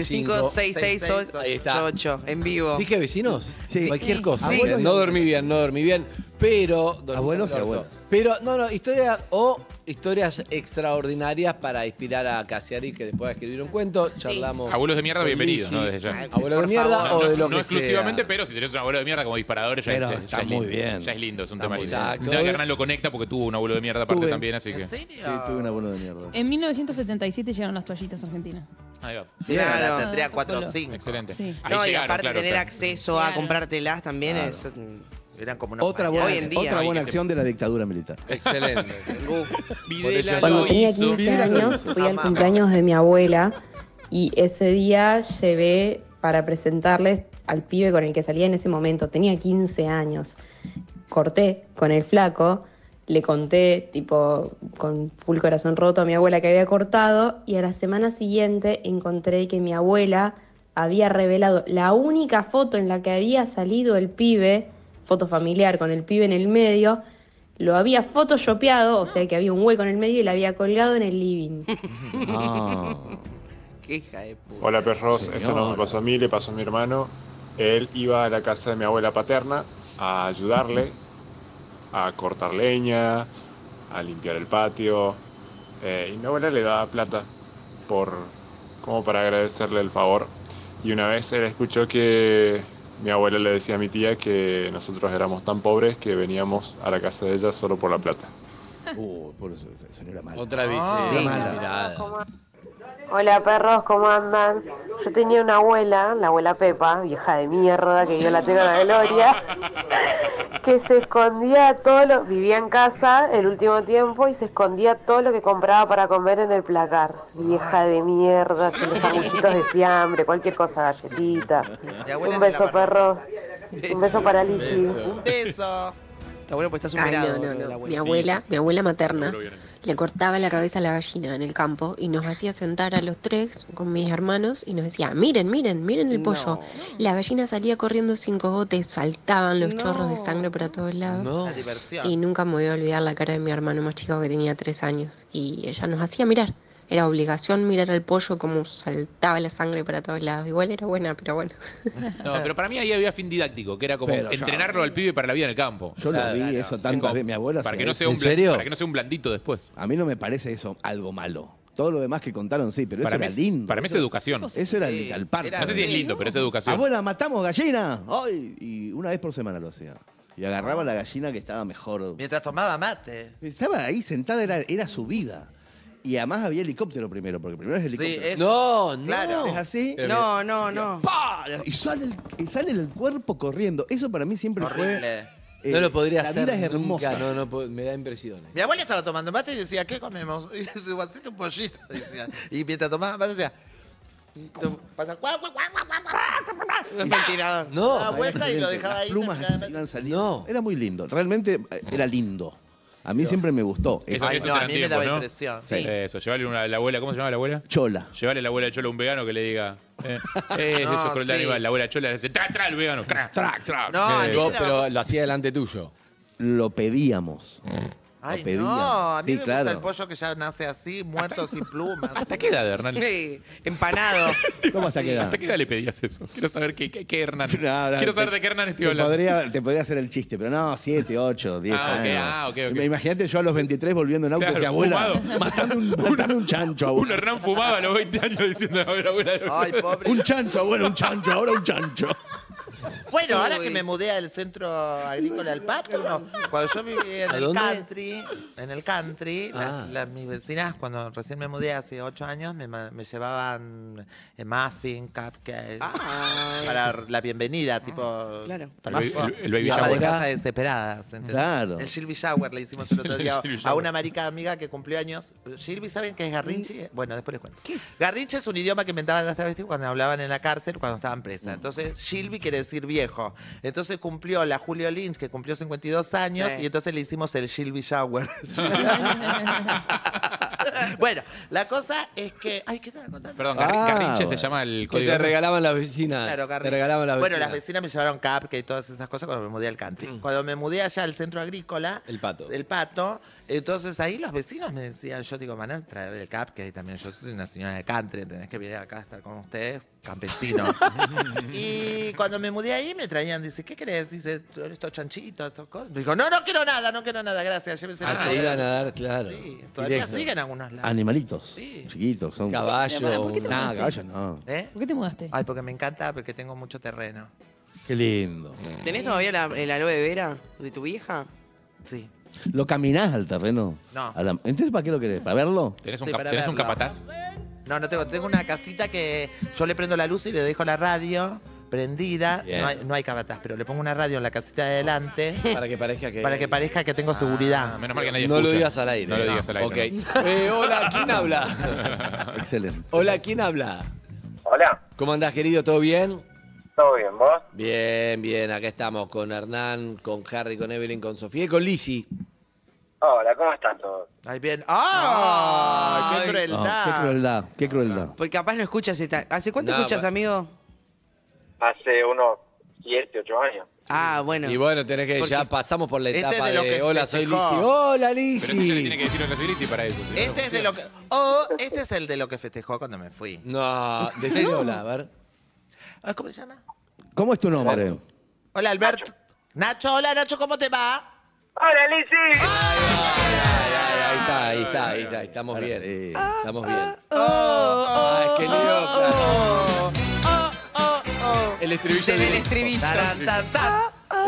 4775 Ahí está. 477668 en vivo. ¿Dije vecinos? Sí. Cualquier cosa. Sí. Abuelos y- No dormí bien, no dormí bien. Pero. dormí Abuelos y orto. abuelas. Pero, no, no, historias o historias extraordinarias para inspirar a Casiari que después va a escribir un cuento. Charlamos. Abuelos de mierda, con bienvenidos, Lizzy. ¿no? Desde ya. Abuelos de mierda No, o no- de lo no que exclusivamente, sea. pero si tenés un abuelo de mierda como disparador, ya, Pero es- ya está es lindo. muy bien. Ya es lindo, es un Está tema muy lindo. bien. Entonces, Hernán lo conecta porque tuvo un abuelo de mierda aparte también, así que. Sí, tuve un abuelo de mierda. En 1977 llegaron las toallitas argentinas. Ahí va. Sí, Claro. ahora tendría cuatro o cinco. Excelente. Ah, Sí. Ahí No, y llegaron, aparte claro, tener o sea. acceso a Claro. comprártelas también Claro. es. Eran como Otra buena, Hoy en día. otra buena acción de la dictadura militar. Excelente. Videla Cuando lo tenía hizo. 15 años, fui al cumpleaños de mi abuela y ese día llevé para presentarles al pibe con el que salía en ese momento. Tenía 15 años. Corté con el flaco, le conté, tipo, con full corazón roto a mi abuela que había cortado y a la semana siguiente encontré que mi abuela había revelado la única foto en la que había salido el pibe, foto familiar con el pibe en el medio, lo había photoshopeado, o sea que había un hueco en el medio y la había colgado en el living. Ah. Qué hija de puta. Hola perros, esto no me pasó a mí, le pasó a mi hermano. Él iba a la casa de mi abuela paterna a ayudarle a cortar leña, a limpiar el patio. eh, y mi abuela le daba plata por, como para agradecerle el favor. Y una vez él escuchó que mi abuela le decía a mi tía que nosotros éramos tan pobres que veníamos a la casa de ella solo por la plata. Uy, por eso, señora mala. Otra vez. Señora eh, mala. mirada. Hola perros, ¿cómo andan? Yo tenía una abuela, la abuela Pepa, vieja de mierda, que yo la tengo en la gloria, que se escondía todo lo. Vivía en casa el último tiempo y se escondía todo lo que compraba para comer en el placar. Vieja de mierda, se los sanguchitos de fiambre, cualquier cosa, galletita. Un beso, perro. Un beso para Lizzy. Un beso. Está bueno, pues está Ay, superado. no, no, lo de la no. abuela. Mi abuela, mi abuela materna, le cortaba la cabeza a la gallina en el campo y nos hacía sentar a los tres con mis hermanos y nos decía, miren, miren, miren el pollo. Y la gallina salía corriendo sin cogote, saltaban los chorros de sangre para todos lados. La diversión. Y nunca me voy a olvidar la cara de mi hermano más chico que tenía tres años. Y ella nos hacía mirar. Era obligación mirar al pollo como saltaba la sangre para todos lados. Igual era buena, pero bueno. No, pero para mí ahí había fin didáctico, que era como Pero yo- entrenarlo al pibe para la vida en el campo. Yo O sea, lo vi eso tantas veces. Mi abuela Para se- que, no sea ¿En un blan- serio? para que no sea un blandito después. A mí no me parece eso algo malo. Todo lo demás que contaron sí, pero Para eso mí era es- lindo. para mí es Eso- educación. Eso era el, al parto. No sé si es lindo, pero es educación. Abuela, matamos gallina. Ay, y una vez por semana lo hacía. Y agarraba la gallina que estaba mejor. Mientras tomaba mate. Estaba ahí sentada, era, era su vida. Y además había helicóptero primero, porque primero es helicóptero. es- No, no. Claro. ¿Es así? No, no, no. ¡Pah! Y sale, el, y sale el cuerpo corriendo. Eso para mí siempre fue. eh, no lo podría la hacer. vida es nunca, hermosa. No, no, po- me da impresión. Mi abuela estaba tomando mate y decía, ¿qué comemos? Y se hacete un pollito. decía. Y mientras tomaba mate decía, pasa, guau, guau, guau, guau, guau, guau, guau. Mentirador. No. Daba vuelta y lo dejaba Las ahí. plumas terminaba de- iban saliendo. Era muy lindo. Realmente eh, era lindo. A mí siempre me gustó. Eso, Esa- esos eran tiempos, ¿no? Eso, llevarle una, la abuela, ¿cómo se llama la abuela? Chola. Llevarle a la abuela Chola a un vegano que le diga. Eh, eh, eso No, es crueldad sí. animal. La abuela Chola le dice, tra, tra, el vegano. Tra, tra, tra. No, a mí Eh, me daba Pero lo hacía delante tuyo. Lo pedíamos. Ay, Ah, lo pedían. no, a mí Sí, me claro. gusta el pollo que ya nace así, muerto sin plumas. ¿Hasta qué edad, Hernán? Sí, empanado. ¿Cómo hasta qué edad? ¿Hasta qué edad le pedías eso? Quiero saber qué, qué, qué Hernán. No, no, Quiero saber te- de qué Hernán estoy te hablando. Podría, te podría hacer el chiste, pero no, 7, 8, 10 Ah, ok, años. ah, ok, ok. Me- Imagínate yo a los 23 volviendo en auto Claro, y abuela fumado. matando un, matando un chancho, Un abuela. Hernán fumaba a los 20 años diciendo a ver, abuela. Ay, pobre. Un chancho, abuela, un chancho, ahora un chancho. Bueno, ahora que me mudé al centro agrícola del Pato, no. cuando yo vivía en ¿A el dónde? country, en el country, las- Ah. las- mis vecinas cuando recién me mudé hace ocho años me, ma- me llevaban eh, muffin, cupcakes para la bienvenida, tipo Claro. Para el Muffin. baby- el- el baby Ama de shower. casa desesperadas. ¿entendés? Claro. El Silvi Shower le hicimos el otro El día Silvi a Shower. una marica amiga que cumplió años. Silvi, ¿saben qué es Mm. Garrinchi? Bueno, después les cuento. ¿Qué Mm. es? Garrinche es un idioma que inventaban las travestis cuando hablaban en la cárcel, cuando estaban presas. Entonces, Silvi quiere decir bien. viejo. Entonces cumplió la Julio Lynch, que cumplió 52 años, Sí. y entonces le hicimos el Shelby Shower. bueno, la cosa es que. Ay, ¿qué estaba contando? Perdón, Carri- Ah, Carrinche se bueno. llama el Que código. te rojo. regalaban las vecinas. Claro, Carriche. Te regalaban las Bueno, las vecinas. vecinas me llevaron cupcake y todas esas cosas cuando me mudé al country. Cuando me mudé allá al centro agrícola, Mm. El pato. el pato, entonces ahí los vecinos me decían, yo digo, van a traer el cupcake también. Yo soy una señora de country, tenés que venir acá a estar con ustedes, campesinos. y cuando me mudé ahí me traían, dice, ¿qué crees? Dice, "Tú eres estos chanchitos, estas cosas. Digo, no, no quiero nada, no quiero nada, gracias. Llévese Ah, te iban a dar, claro. Todavía Directo. siguen algunos lados. Animalitos. Chiquitos, son. Caballo, Pero, ¿por qué te Nada, mudaste? caballo no. ¿Eh? ¿Por qué te mudaste? Ay, porque me encanta, porque tengo mucho terreno. Qué lindo. ¿Tenés todavía la, el aloe vera de tu vieja? Sí. ¿Lo caminás al terreno? No. A la- Entonces, ¿para qué lo querés? ¿Para verlo? ¿Tenés un Sí, cap- para tenés un verlo. capataz? No, no tengo. Tengo una casita que yo le prendo la luz y le dejo la radio prendida. Bien. No hay, no hay capataz, pero le pongo una radio en la casita de adelante Para que parezca que. para que parezca que tengo seguridad. Ah, menos mal que nadie No lo escucha. digas al aire. No lo digas al aire, Ok. Eh, hola, ¿quién habla? Excelente. Hola, ¿quién habla? Hola. ¿Cómo andás, querido? ¿Todo bien? ¿Todo bien, vos? Bien, bien. Acá estamos con Hernán, con Harry, con Evelyn, con Sofía y con Lizzie. Hola, ¿cómo están todos? Ahí bien. ¡Ah! ¡Qué No, qué crueldad, qué crueldad. Porque capaz no escuchas esta. ¿Hace cuánto No, escuchas, pa- amigo? Hace unos 7, 8 años. Ah, bueno. Y bueno, tenés que. Ya pasamos por la Este etapa es de de, lo que Hola, soy Lizzie. festejó. Hola, Pero eso ya le Lizzie. tiene que decir a soy Lizzie para eso. si no, no Este es de funciona. lo que. Oh, este es el de lo que festejó cuando me fui. No, decís hola, a ver. Ah, ¿Cómo se llama? ¿Cómo es tu nombre? Hola, Alberto. Nacho. hola, Nacho, ¿cómo te va? ¡Hola, Lizzy! Ahí está, ahí está, ahí está. Estamos bien. Estamos bien. Ah, es que lío. El estribillo. Desde el directo. estribillo. Tarán, tan, tan.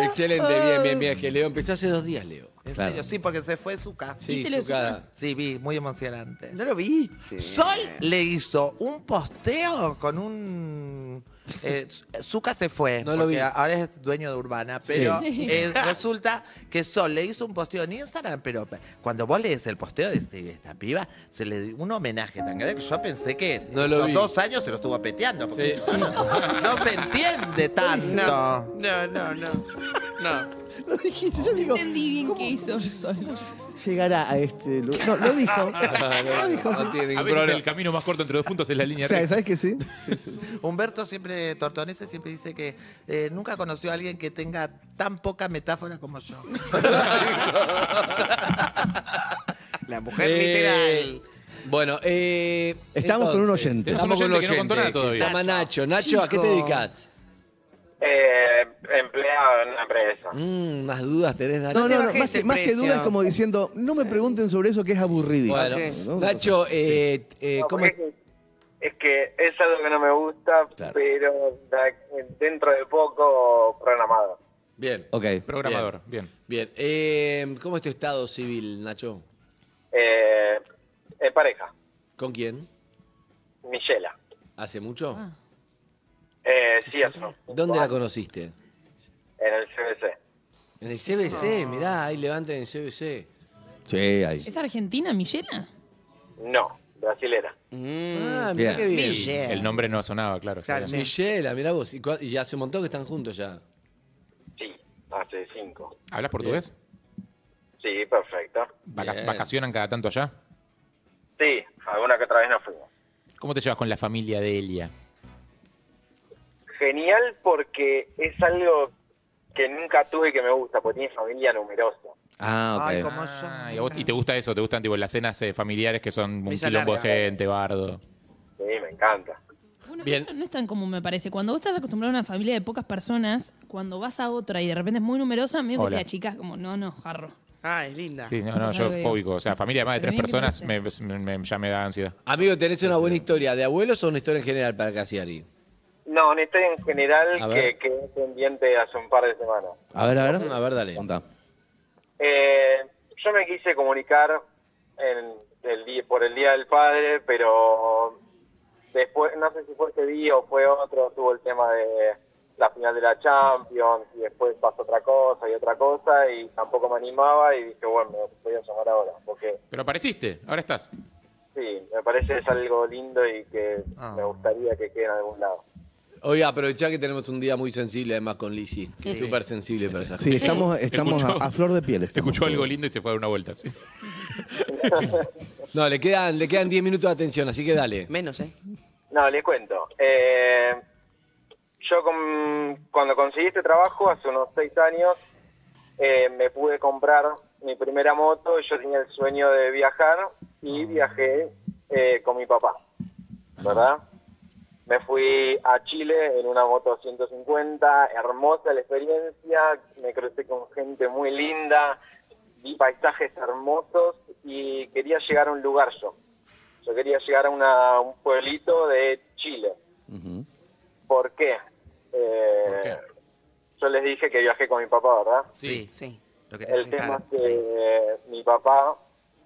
Excelente, bien, bien, bien. Es que Leo empezó hace dos días, Leo. En serio, sí, porque se fue Zuka. Sí, ¿Viste lo de Zucca? Zucca? Sí, vi, muy emocionante. No lo viste. Sol le hizo un posteo con un. eh, Zucca se fue, No lo porque vi. ahora es dueño de Urbana, pero Sí. eh, resulta que Sol le hizo un posteo en Instagram, pero cuando vos lees el posteo de ese- esta piba, se le dio un homenaje tan grande que yo pensé que No lo los vi. dos años se lo estuvo peteando. porque Sí. No se entiende tanto. No, no, no. No. Lo dijiste, yo digo. Entendí bien qué hizo Sol. Llegará a este lugar. No, lo dijo. lo dijo, sí. A veces el camino más corto entre dos puntos es la línea O sea, recta. ¿sabes que sí? Humberto siempre, Tortonese siempre dice que eh, nunca conoció a alguien que tenga tan poca metáfora como yo. La mujer Eh, literal. Bueno, eh, Estamos con un oyente. Tenemos Estamos un con un oyente que oyente. no contó nada que todavía. Se llama Nacho. Nacho, ¿a qué te Chico. dedicas? Eh, empleado en una empresa. Mm, más dudas tenés, Nacho. No, no, no, más, que, más que duda es como diciendo, no me pregunten sobre eso que es aburridísimo. Bueno, ¿no? Nacho, eh, eh, No, ¿cómo porque es que- es que es algo que no me gusta, pero da- dentro de poco programado. Bien. Ok. Programador, bien. Bien. Eh, ¿Cómo es tu estado civil, Nacho? Eh, en pareja, ¿Con quién? Michela. ¿Hace mucho? Eh, sí, hace unos cinco ¿Dónde la años, conociste? En el CBC. En el CBC, mirá, ahí levanten el CBC. Sí, Eh, ahí. ¿Es argentina, Michela? No, brasilera. Ah, mirá qué bien. El nombre no sonaba, claro. Claro, sabía. Michela, mirá vos. Y, cua- y hace un montón que están juntos ya. Hace cinco. ¿Hablas portugués? Sí, perfecto. Vaca- Bien. ¿Vacacionan cada tanto allá? Sí, alguna que otra vez nos fuimos. ¿Cómo te llevas con la familia de Elia? Genial porque es algo que nunca tuve y que me gusta, porque tiene familia numerosa. Ah, ok. Ay, como Ah, ¿y, a vos- y te gusta eso? ¿Te gustan tipo, las cenas eh, familiares que son un Misa quilombo de larga. gente, bardo? Sí, me encanta. Bueno, Bien. pero no es tan común, me parece. Cuando vos estás acostumbrado a una familia de pocas personas, cuando vas a otra y de repente es muy numerosa, medio que Hola. te achicas como, no, no, jarro. Ah, es linda. Sí, no, no, Es yo algo que- fóbico. O sea, familia de más de Pero tres personas me, me- me- ya me da ansiedad. Amigo, ¿tenés una buena historia de abuelos o una historia en general para Casiari? No, una historia en A general ver. que quedó pendiente hace un par de semanas. A ver, a ver. A ver, dale. Eh, yo me quise comunicar en el día, por el Día del Padre, pero después, no sé si fue este día o fue otro, tuvo el tema de la final de la Champions y después pasó otra cosa y otra cosa y tampoco me animaba y dije, bueno, me voy a llamar ahora, porque Pero apareciste, ahora estás. sí, me parece es algo lindo y que me gustaría que quede en algún lado. Hoy aprovechá que tenemos un día muy sensible, además con Lizzy. Súper sensible para esas Sí, cosas. estamos, estamos a- Escuchó- a, flor de piel. este estamos. Escuchó algo lindo y se fue a dar una vuelta. sí. No, le quedan, le quedan 10 minutos de atención, así que dale. Menos, ¿eh? No, les cuento. Eh, yo con- cuando conseguí este trabajo, hace unos seis años, eh, me pude comprar mi primera moto y yo tenía el sueño de viajar y viajé eh, con mi papá, ¿verdad? Me fui a Chile en una moto 150, hermosa la experiencia, me crucé con gente muy linda, vi paisajes hermosos y quería llegar a un lugar yo. Yo quería llegar a una- un pueblito de Chile. ¿Por qué? Eh, Yo les dije que viajé con mi papá, ¿verdad? Sí, sí. Lo que te El tema es que eh, mi papá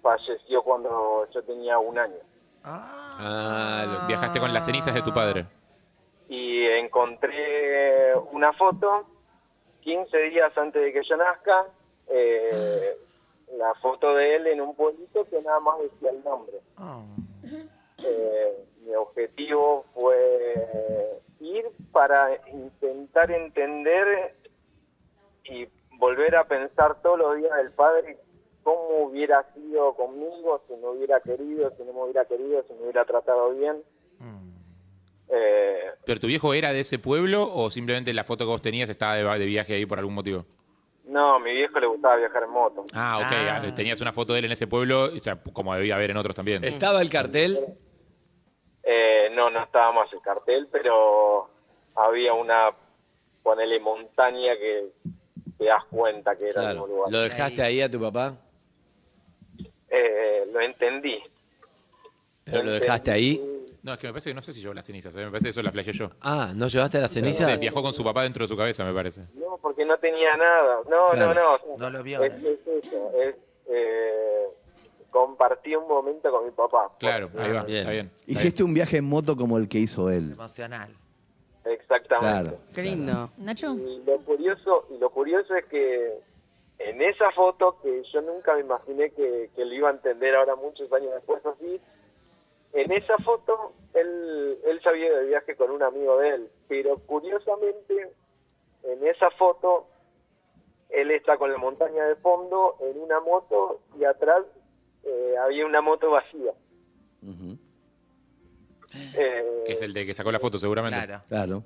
falleció cuando yo tenía un año. Ah, lo- viajaste con las cenizas de tu padre. y encontré una foto 15 días antes de que yo nazca, eh, la foto de él en un pueblito que nada más decía el nombre. Eh, mi objetivo fue ir para intentar entender y volver a pensar todos los días del padre cómo hubiera sido conmigo, si me hubiera querido, si no me hubiera querido, si me hubiera tratado bien. Eh, ¿Pero tu viejo era de ese pueblo o simplemente la foto que vos tenías estaba de, va- de viaje ahí por algún motivo? No, a mi viejo le gustaba viajar en moto. Ah, ok. ah, Tenías una foto de él en ese pueblo, o sea, como debía haber en otros también. ¿Estaba el cartel? Eh, no, no estaba más el cartel, pero había una, ponele montaña que te das cuenta que era el mismo lugar. ¿Lo dejaste ahí a tu papá? Eh, lo entendí. ¿Pero lo dejaste ahí? No, es que me parece que no sé si llevó las cenizas, ¿eh? me parece que eso la flasheé yo. Ah, ¿no llevaste las Sí, cenizas? sí, viajó con su papá dentro de su cabeza, me parece. No, porque no tenía nada. No, Claro. no, no. o sea, Es, es eso, es, eh, compartí un momento con mi papá. Claro, ahí va, está bien. Hiciste un viaje en moto como el que hizo él. Emocional. Exactamente. Claro. Qué lindo. Nacho. Y lo curioso, y lo curioso es que en esa foto, que yo nunca me imaginé que, que lo iba a entender ahora muchos años después así, en esa foto él, él se había ido de viaje con un amigo de él, pero curiosamente en esa foto él está con la montaña de fondo en una moto y atrás eh, había una moto vacía. Eh, Que es el de que sacó la foto, seguramente. Claro. Claro.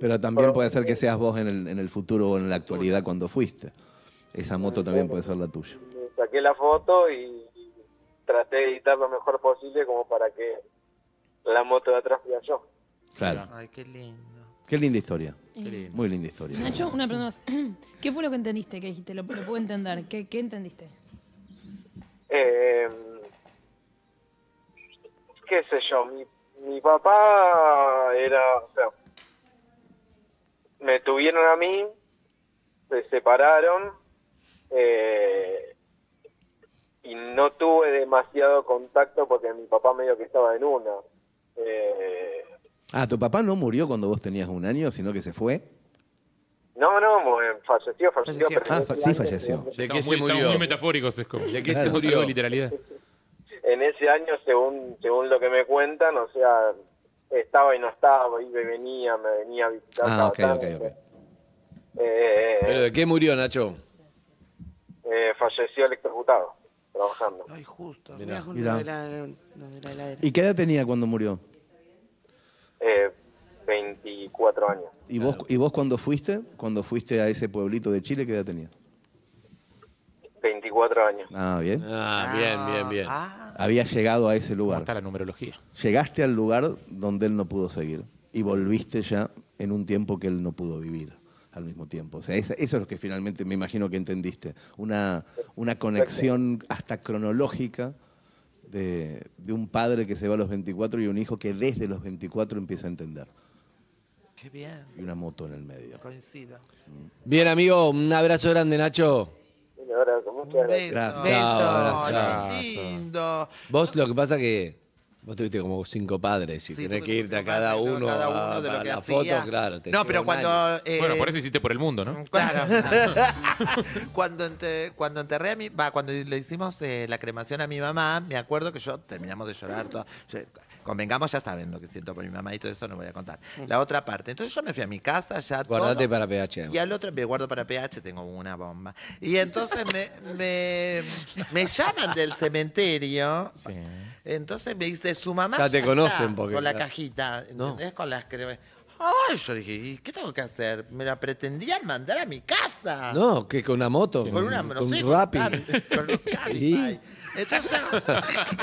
Pero eh, también puede ser que seas vos en el, en el futuro o en la actualidad cuando fuiste. Esa moto también puede ser la tuya. me saqué la foto y traté de editar lo mejor posible como para que la moto de atrás fuera yo. Claro. Ay, qué lindo. Qué linda historia. Qué lindo. Muy linda historia. Nacho, una pregunta más. ¿Qué fue lo que entendiste? ¿Qué dijiste? Lo, lo pude entender. ¿Qué, qué entendiste? Eh, qué sé yo, mi, mi papá era, o sea, me tuvieron a mí, se separaron eh, y no tuve demasiado contacto porque mi papá medio que estaba en una. Eh, Ah, tu papá no murió cuando vos tenías un año, sino que se fue. no, no, eh, falleció, falleció. pero Ah, yo fa- tenía sí, años, falleció. ¿no? Estamos muy, estamos muy metafóricos, es como. ¿De qué se Hacemos murió? algo de literalidad. en ese año, según según lo que me cuentan, o sea, estaba y no estaba, iba y venía, me venía a visitar. Ah, cada ok, tanto. ok, ok. Eh, ¿Pero de qué murió, Nacho? eh, falleció electrocutado, trabajando. Ay, justo. Mirá. Mirá. Lo de la- lo de la heladera. ¿Y qué edad tenía cuando murió? Eh, 24 años. ¿Y vos, ¿Y vos cuando fuiste? Cuando fuiste a ese pueblito de Chile, ¿qué edad tenías? 24 años. Ah, bien. Ah, bien, bien, bien. Ah. Había llegado a ese lugar. Está la numerología. Llegaste al lugar donde él no pudo seguir y volviste ya en un tiempo que él no pudo vivir al mismo tiempo. O sea, esa- eso es lo que finalmente me imagino que entendiste. Una, una conexión hasta cronológica de, de un padre que se va a los 24 y un hijo que desde los 24 empieza a entender. Qué bien. Y una moto en el medio. Coincido. Bien, amigo, un abrazo grande, Nacho. Un abrazo, muchas gracias. Gracias. Beso. Chao, abrazo. Ay, qué lindo. Vos lo que pasa que Vos tuviste como cinco padres y tenés que irte a cada padres, uno, cada uno a, de lo a que las hacía. fotos, claro. te No, pero llevan cuando, años. eh, Bueno, por eso hiciste por el mundo, ¿no? cuando, ente- cuando enterré a mi. Va, cuando le hicimos eh, la cremación a mi mamá, me acuerdo que yo terminamos de llorar. todo. Yo- convengamos, ya saben lo que siento por mi mamá y todo eso no voy a contar. La otra parte. Entonces yo me fui a mi casa, ya Guardate todo. para PH. Y al otro me guardo para PH, tengo una bomba. Y entonces me, me, me llaman del cementerio. Entonces me dice, su mamá. Ya te está conocen, porque- Con la cajita, ¿entendés? Con las cremas. Ay, yo dije, ¿y qué tengo que hacer? Me la pretendían mandar a mi casa. No, que con una moto. Con una- no con sé, un con Rappi. Y- Entonces,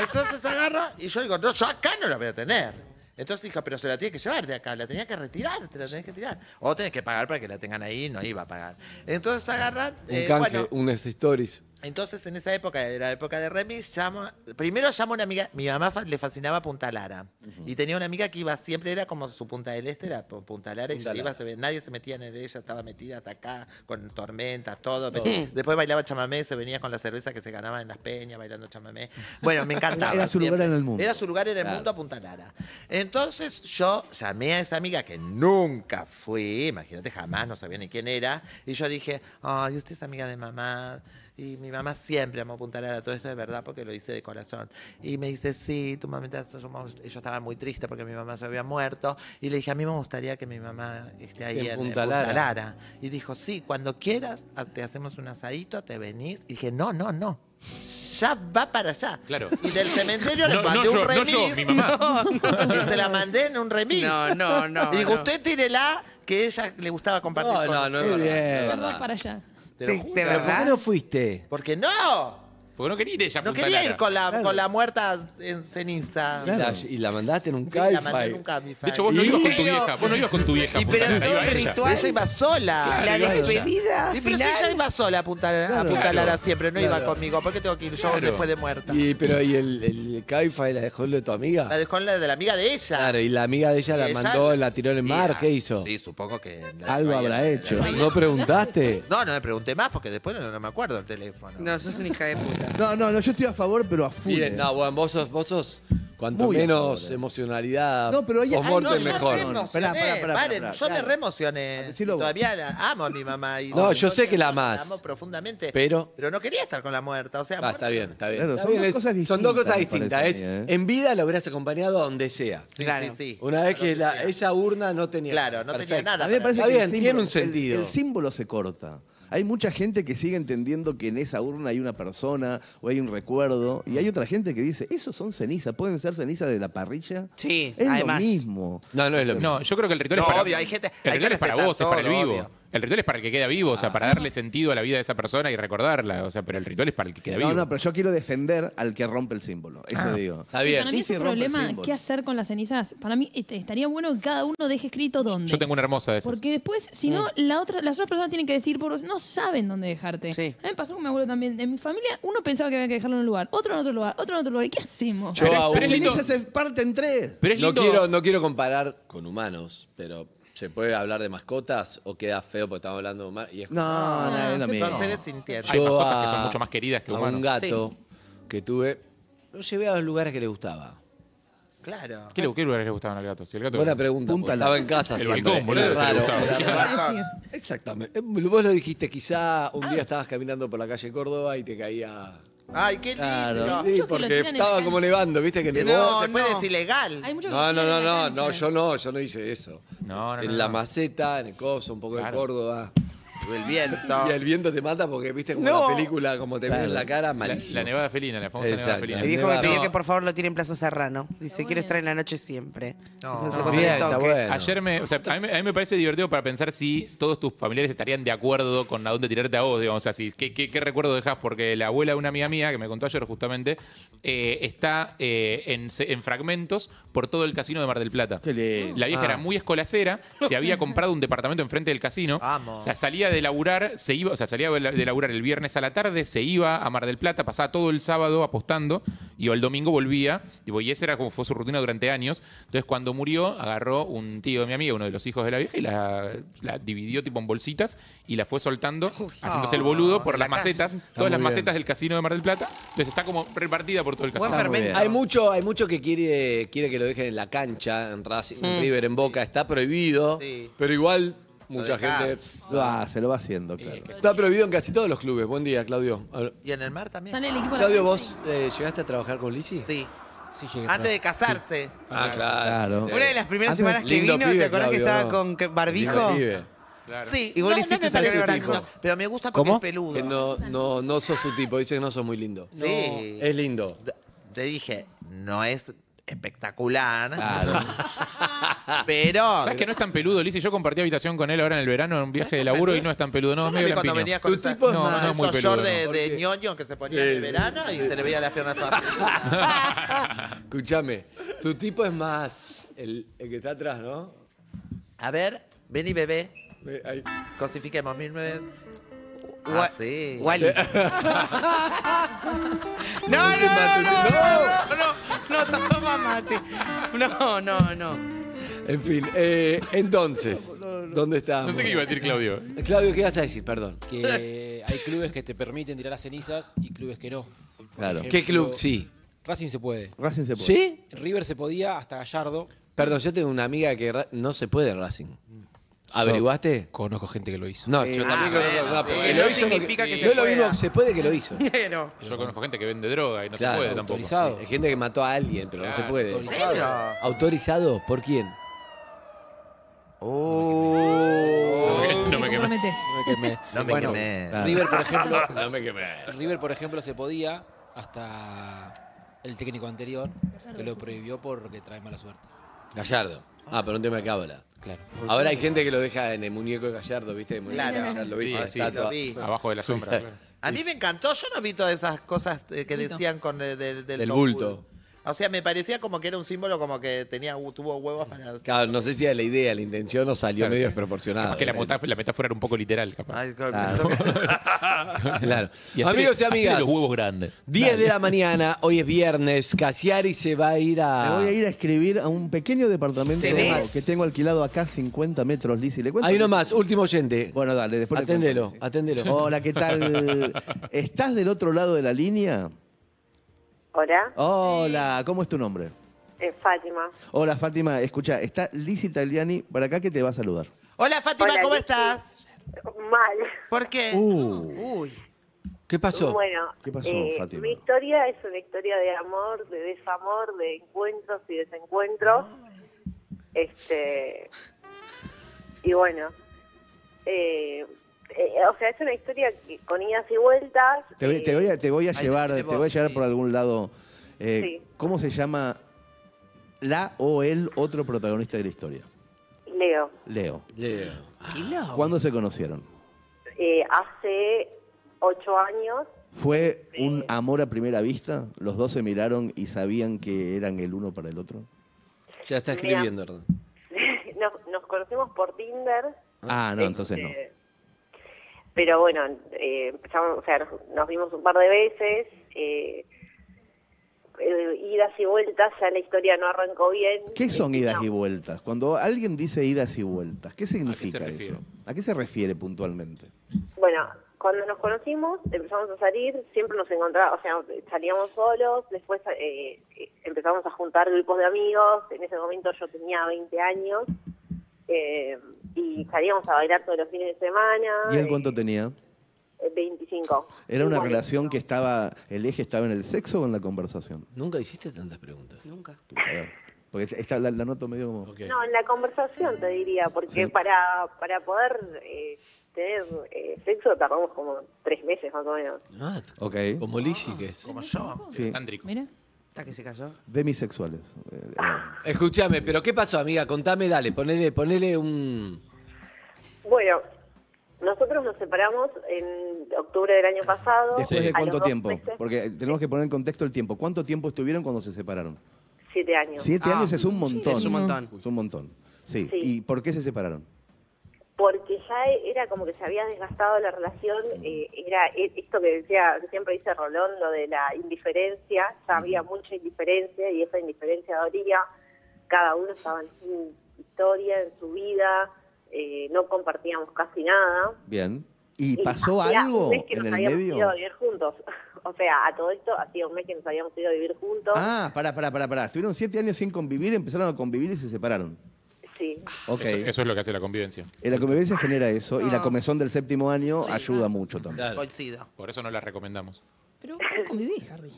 entonces agarro y yo digo, no, yo acá no la voy a tener. Entonces dijo, pero se la tiene que llevar de acá, la tenía que retirar, te la tenés que tirar. O tenés que pagar para que la tengan ahí, no iba a pagar. Entonces agarran, Un eh, canje, bueno, unas stories. entonces en esa época, era la época de Remis, llamo, primero llamo a una amiga, mi mamá fa- le fascinaba Punta Lara. Y tenía una amiga que iba siempre, era como su Punta del Este, era pu- Punta Lara, y Punta ella Lara. iba, se ve- nadie se metía en el, ella estaba metida hasta acá, con tormentas, todo. Todo. Ve- Después bailaba chamamé, se venía con la cerveza que se ganaba en las peñas, bailando chamamé. Bueno, me encantaba. Era su lugar siempre. en el mundo. Era su lugar en el Claro. mundo a Punta Lara. Entonces yo llamé a esa amiga que nunca fui, imagínate, jamás no sabía ni quién era. Y yo dije, ay, usted es amiga de mamá. Y mi mamá siempre amó Punta Lara, todo esto es verdad porque lo hice de corazón. Y me dice, sí, tu mamita, yo estaba muy triste porque mi mamá se había muerto. Y le dije, a mí me gustaría que mi mamá esté ahí en, en Punta Lara. Y dijo, sí, cuando quieras, ha- te hacemos un asadito, te venís. Y dije, no, no, no. Ya va para allá. Claro. Y del cementerio le No, no mandé yo, un no remis. yo, mi mamá. Y se la mandé en un remis. No, no, no, Y digo, no. usted tírela que ella le gustaba compartir No, con no, no es usted. verdad, Ya vas para allá. Te lo ¿De- juro. de verdad? ¿Por qué no fuiste? Porque no. Porque no quería ir ella a No Punta quería Lara. ir con la, con la muerta en ceniza. Y, la, y la mandaste en un Sí, la Cabify. mandé en un Cabify. De hecho, vos no Y- ibas con tu Pero- vieja. Vos no ibas con tu vieja. a Y Punta pero Lara, todo iba el ella. ritual. Ella iba sola. Claro, La iba ella. despedida Sí, pero si final. ella iba sola a Punta, a Claro. Punta Lara Claro. siempre, no iba Claro. conmigo. ¿Por qué tengo que ir yo Claro. después de muerta? Y, pero, ¿y el, el Cabify la dejó lo de tu amiga? La dejó en la de la amiga de ella. Claro, y la amiga de ella la Ella- mandó, la tiró en el mar, ¿qué hizo? Sí, supongo que... Algo habrá hecho. ¿No preguntaste? No, no me pregunté más porque después no, no me acuerdo el teléfono. No, sos una hija de puta. No, no, no, yo estoy a favor, pero a full. Bien, no, bueno, vos sos, vos sos cuanto Muy menos emocionalidad, No, pero ella- ay, post-mortem no, yo mejor. no, No, no. Pará, pará, pará, Eh, Paren, pará, yo me claro. reemocioné. Todavía la- amo a mi mamá. Y yo sé que la amás. amo profundamente. Pero- Pero no quería estar con la muerta. O sea, Ah, está bien, está bien. Claro, Está son bien, dos es- cosas distintas, son dos cosas me parece distintas. a Es, mí, ¿eh? En vida la hubieras acompañado a donde sea. Sí, Claro. sí, sí. Una vez que la- esa urna no tenía Claro, no tenía nada A mí me parece está que el bien, tiene símbolo- un sentido. El, el símbolo se corta. Hay mucha gente que sigue entendiendo que en esa urna hay una persona o hay un recuerdo. Y hay otra gente que dice, esos son cenizas. ¿Pueden ser cenizas de la parrilla? Sí, Es además. lo mismo. No, no es lo mismo. No, yo creo que el ritual No, es para. obvio, hay gente- el hay que ritual es para respetar vos, es para el todo, vivo. obvio. Ah. El ritual es para el que queda vivo, o sea, para darle sentido a la vida de esa persona y recordarla. O sea, pero el ritual es para el que queda vivo. Ah, No, no, pero yo quiero defender al que rompe el símbolo. Eso digo. Está Y Para mí Y es si un rompe el problema símbolo. qué hacer con las cenizas. Para mí este, estaría bueno que cada uno deje escrito dónde. Yo tengo una hermosa de esas. Mm. Porque después, si no, la otra, las otras personas tienen que decir por vos, no saben dónde dejarte. Sí. A mí me pasó con mi abuelo también. En mi familia, uno pensaba que había que dejarlo en un lugar, otro en otro lugar, otro en otro lugar. ¿Y qué hacemos? Yo Las a un- cenizas se parten tres. no, quiero, no quiero comparar con humanos, pero ¿se puede hablar de mascotas o queda feo porque estamos hablando de humanos? Y es- No, no, no, es lo mismo. Son seres sin tierra. Hay "Ah, Yo mascotas que son a- mucho más queridas que a humanos. un gato que tuve, lo llevé a los lugares que le gustaba. Claro. ¿Qué, le- qué lugares le gustaban al gato? Si el gato Buena pregunta, porque estaba en casa El siempre. balcón, boludo, Era se le raro. gustaba. Era raro. Exactamente. Eh, Vos lo dijiste, quizá un día estabas caminando por la calle Córdoba y te caía... Ay, qué lindo. Sí, porque estaba como nevando, viste que nevó. No, se puede, es ilegal. Hay mucho No, no, no, no, no, yo no, yo no hice eso. No, no, en no, la no. maceta, en el coso, un poco Claro. de Córdoba. El viento. Y el viento te mata porque viste como No. la película, como te viene en la cara, malísimo. La, nevada felina, la famosa nevada Exacto. felina. El viejo me pidió No, que por favor lo tire en Plaza Serrano. Dice, quiero estar en la noche siempre. No, sé cuánto Bien, le está toque. bueno. Ayer me, o sea, a, mí, me- a mí me parece divertido para pensar si todos tus familiares estarían de acuerdo con a dónde tirarte a vos, digamos, o sea, si, ¿qué, qué, qué recuerdo dejas? Porque la abuela de una amiga mía, que me contó ayer justamente, eh, está eh, en, se- en fragmentos por todo el casino de Mar del Plata. La vieja Ah. era muy escolacera, se había comprado un departamento enfrente del casino, Vamos. o sea, salía de de laburar, se iba, o sea, salía de laburar el viernes a la tarde, se iba a Mar del Plata, pasaba todo el sábado apostando y el domingo volvía. Tipo, y esa era como fue su rutina durante años. Entonces, cuando murió, agarró un tío de mi amiga, uno de los hijos de la vieja, y la, la dividió tipo en bolsitas y la fue soltando, haciéndose el boludo por en las la calle. macetas, Está todas las muy bien. macetas del casino de Mar del Plata. Entonces, está como repartida por todo el Ah, casino. Hay mucho, hay mucho que quiere, quiere que lo dejen en la cancha, en Racing, en Mm. River, en Boca. Está prohibido, pero igual mucha dejás. gente pss, Lo hace, se lo va haciendo, claro. está prohibido en casi todos los clubes. Buen día, Claudio. Habla- Y en el mar también. Sale el equipo a la Claudio, cancha. ¿vos eh, llegaste a trabajar con Lizzie? Sí. sí Antes de casarse. Ah, claro. Una de las primeras semanas que vino, ¿te acordás que estaba con que- barbijo? Sí, Y vos no, le no hiciste me salir parece el tan barbijo. lindo, Pero me gusta porque es Que peludo. no, no, no sos su tipo. Dice que no sos muy lindo. Sí. No, es lindo. Te dije, no es espectacular. Claro. Pero. ¿Sabes que no es tan peludo, Liz? Y Yo compartí habitación con él ahora en el verano en un viaje de laburo y no es tan peludo. No, Yo es lo medio vi cuando lampiño. venías con esa- no, no, es muy esos peludo. shorts de, no. de ñoño que se ponía Sí, en el sí, verano y se le veía las piernas todas. Escúchame, tu tipo es más el, el que está atrás, ¿no? A ver, ven y bebé. Ve, ahí. Cosifiquemos mil nueve. Wa- Ah, sí. Wally. No, no, no, no, no, no, no, no, toma mate. No, no, no. En fin, eh, entonces, ¿dónde está? No sé qué iba a decir Claudio. Claudio, ¿qué vas a decir? Perdón. Que hay clubes que te permiten tirar las cenizas y clubes que no. Por Claro. ejemplo, ¿Qué club? Sí. Racing se puede. Racing se puede. ¿Sí? River se podía hasta Gallardo. Perdón, yo tengo una amiga que ra- no se puede Racing. ¿Averiguaste? Conozco gente que lo hizo. No, yo Eh, también ah, conozco. bueno, no, sí. porque Que lo no hizo porque- significa que no se es lo mismo pueda. que se puede que lo hizo. No. Yo conozco gente que vende droga y no Claro. se puede tampoco. Hay gente que mató a alguien, pero no se Claro, puede. autorizado. ¿En serio? ¿Autorizado? ¿Por quién? Oh. No me quemé. No me Bueno, quemé. River, por ejemplo. No me quemé. River, por ejemplo, se podía hasta el técnico anterior, que lo prohibió porque trae mala suerte. Gallardo. Ah, pero un tema de cábala. Claro. Ahora hay gente que lo deja en el muñeco de Gallardo, ¿viste? El muñeco de Claro. Gallardo, ¿viste? Sí, La sí, estatua. lo vi. Abajo de la sombra, claro. A mí me encantó, yo no vi todas esas cosas eh, que decían con eh, de- del, Del Goku. bulto. O sea, me parecía como que era un símbolo como que tenía hu- tuvo huevos para. Claro, no sé si era la idea, la intención o salió medio desproporcionada. Capaz que la, Sí. mota- la metáfora era un poco literal, capaz. Claro. Claro. Y hacer- Amigos y amigas. hacer los huevos grandes. 10 de la mañana, hoy es viernes. Casiari se va a ir Me a. voy a ir a escribir a un pequeño departamento ¿Tenés? que tengo alquilado acá 50 metros, Liz, y le cuento. Hay uno más, último oyente. Bueno, dale, después le Atendelo, cuento, Lizzy. atendelo. Hola, ¿qué tal? ¿Estás del otro lado de la línea? Hola, Hola, ¿cómo es tu nombre? es Fátima. Hola, Fátima. Escucha, está Liz Italiani para acá que te va a saludar. Hola Fátima, Hola, ¿cómo Lizy. estás? Mal. ¿Por Eh, qué? Uy. ¿Qué pasó? Bueno, ¿Qué pasó, eh, Fátima? mi historia es una historia de amor, de desamor, de encuentros y desencuentros. Este y bueno, eh, eh, o sea, es una historia que- con idas y vueltas. Te, voy- te voy a, te voy a Ahí llevar, tenés te voy a vos, llevar sí. por algún lado. Eh, Sí. ¿Cómo se llama la o el otro protagonista de la historia? Leo, Leo. Leo. ¿Cuándo se conocieron? eh, hace ocho años ¿Fue un amor a primera vista? ¿Los dos se miraron y sabían que eran el uno para el otro? Ya está Mira. escribiendo, ¿verdad? nos, nos conocimos por Tinder. Ah, no, entonces no. Eh, Pero bueno, eh, empezamos, o sea, nos, nos vimos un par de veces, eh, eh, idas y vueltas, ya la historia no arrancó bien. ¿Qué son idas y vueltas? Cuando alguien dice idas y vueltas, ¿qué significa eso? ¿A qué se refiere puntualmente? Bueno, cuando nos conocimos, empezamos a salir, siempre nos encontrábamos, o sea, salíamos solos, después eh, eh, empezamos a juntar grupos de amigos, en ese momento yo tenía 20 años, eh, y salíamos a bailar todos los fines de semana, ¿Y él cuánto tenía? eh, 25. ¿Era una Igual. relación que estaba, el eje estaba en el sexo o en la conversación? Nunca hiciste tantas preguntas. Nunca. A ver, Porque esta, la, la noto medio como... No, en la conversación te diría, porque Sí. para, para poder eh, tener eh, sexo tardamos como tres meses más o menos. Ah, Ok. Como Lizzie que es. Como yo. Sí. Mira. Está que se cayó. Demisexuales. Eh, eh, Escúchame, pero ¿qué pasó, amiga? Contame, dale, ponele, ponele un. Bueno, nosotros nos separamos en octubre del año pasado. ¿Después A de los cuánto dos tiempo? meses, Porque tenemos que poner en contexto el tiempo. ¿Cuánto tiempo estuvieron cuando se separaron? siete años. Siete años Ah, es un montón. es un montón. Es un montón. Sí. Sí. ¿Y por qué se separaron? porque ya e- era como que se había desgastado la relación, eh, era e- esto que decía, que siempre dice Rolón, lo de la indiferencia, ya había mucha indiferencia y esa indiferencia dolía, cada uno estaba en su historia, en su vida, eh, no compartíamos casi nada. Bien. ¿Y pasó Hacía un algo mes que en nos el habíamos ido medio? a vivir juntos. O sea, a todo esto hacía un mes que nos habíamos ido a vivir juntos. Ah, pará, pará, pará, pará. Estuvieron siete años sin convivir, empezaron a convivir y se separaron. Sí. Ok. Eso, eso es lo que hace la convivencia. Eh, La convivencia genera eso y la comezón del séptimo año ayuda mucho también. Coincido. Por eso no la recomendamos. Pero vos no convivís, Harry.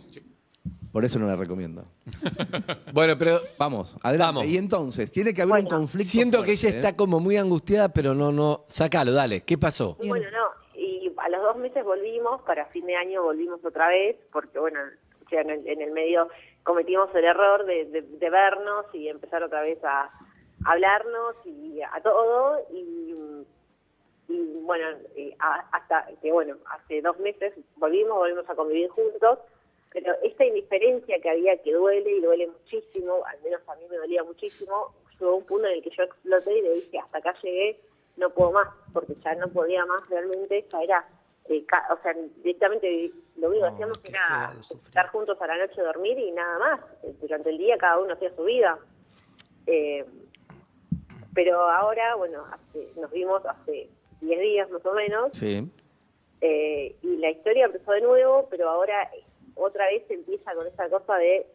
Por eso no la recomiendo. bueno, pero. Vamos, adelante. Vamos. Y entonces, tiene que haber un conflicto. Siento que ella fuerte, está ¿eh? como muy angustiada, pero no, no. Sácalo, dale. ¿Qué pasó? Y Bueno, no, y a los dos meses volvimos, para fin de año volvimos otra vez, porque bueno, o sea, en, el, en el medio cometimos el error de, de- de vernos y empezar otra vez a hablarnos y a todo, y, y, bueno, y a- hasta que bueno, hace dos meses volvimos, volvimos a convivir juntos, pero esta indiferencia que había que duele y duele muchísimo, al menos a mí me dolía muchísimo, llegó un punto en el que yo exploté y le dije, hasta acá llegué, no puedo más, porque ya no podía más realmente, ya era, eh, ca- o sea, directamente lo único que hacíamos era estar juntos a la noche, dormir y nada más, Eh, durante el día cada uno hacía su vida. Eh, pero ahora, bueno, hace- nos vimos hace 10 días más o menos, Sí. eh, y la historia empezó de nuevo, pero ahora otra vez empieza con esa cosa de,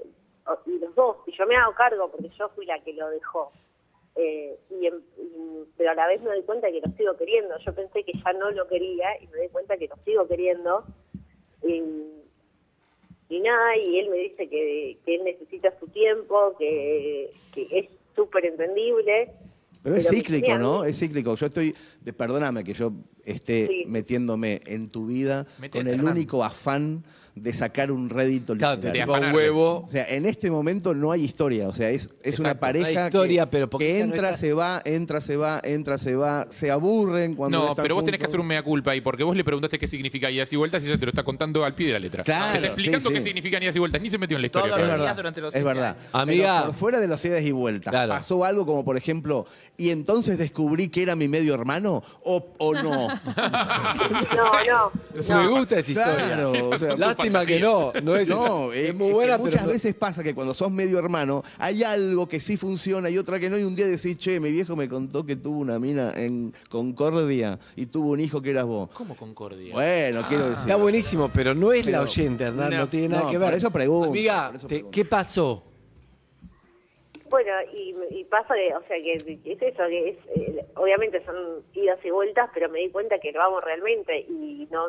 o- y los dos, y yo me hago cargo porque yo fui la que lo dejó. Eh, y, em- y- pero a la vez me doy cuenta que lo sigo queriendo. Yo pensé que ya no lo quería y me doy cuenta que lo sigo queriendo. Y, y nada, y él me dice que, que él necesita su tiempo, que, que es súper entendible. Pero es Pero cíclico, mira, ¿no? Es cíclico. Yo estoy, de- perdóname que yo esté Sí. metiéndome en tu vida Metete, con el Hernán. único afán de sacar un rédito te literario. chupa un afanarle. huevo. O sea, en este momento no hay historia. O sea, es, es Exacto, no una hay pareja historia, que, pero porque que ella no entra, está- se va, entra, se va, entra, se va. Se aburren cuando No, están pero vos tenés que juntos. hacer un mea culpa ahí, porque vos le preguntaste qué significa idas y vueltas y ella te lo está contando al pie de la letra. Claro, Te está explicando sí, sí. qué significan idas y vueltas, ni se metió en la historia. Es todavía. verdad, es verdad. Amiga. Pero por fuera de los idas y vueltas, ¿pasó algo como, por ejemplo, y entonces descubrí que era mi medio hermano o, o Oh, no? No, no. Me gusta esa historia. Claro, o sea, Lástima que no. No es, No, es eh, muy que buena, muchas pero. veces pasa que cuando sos medio hermano, hay algo que sí funciona y otra que no. Y un día decís, che, mi viejo me contó que tuvo una mina en Concordia y tuvo un hijo que eras vos. ¿Cómo Concordia? Bueno, quiero decir. Ah. Está buenísimo, pero no es la Pero- oyente, Hernán. No, No. tiene nada No, que ver. por eso pregunto, Amiga, por eso te- ¿qué pasó? Bueno, y, y pasa que, o sea, que es eso, que es, eh, obviamente son idas y vueltas, pero me di cuenta que lo amo realmente y no...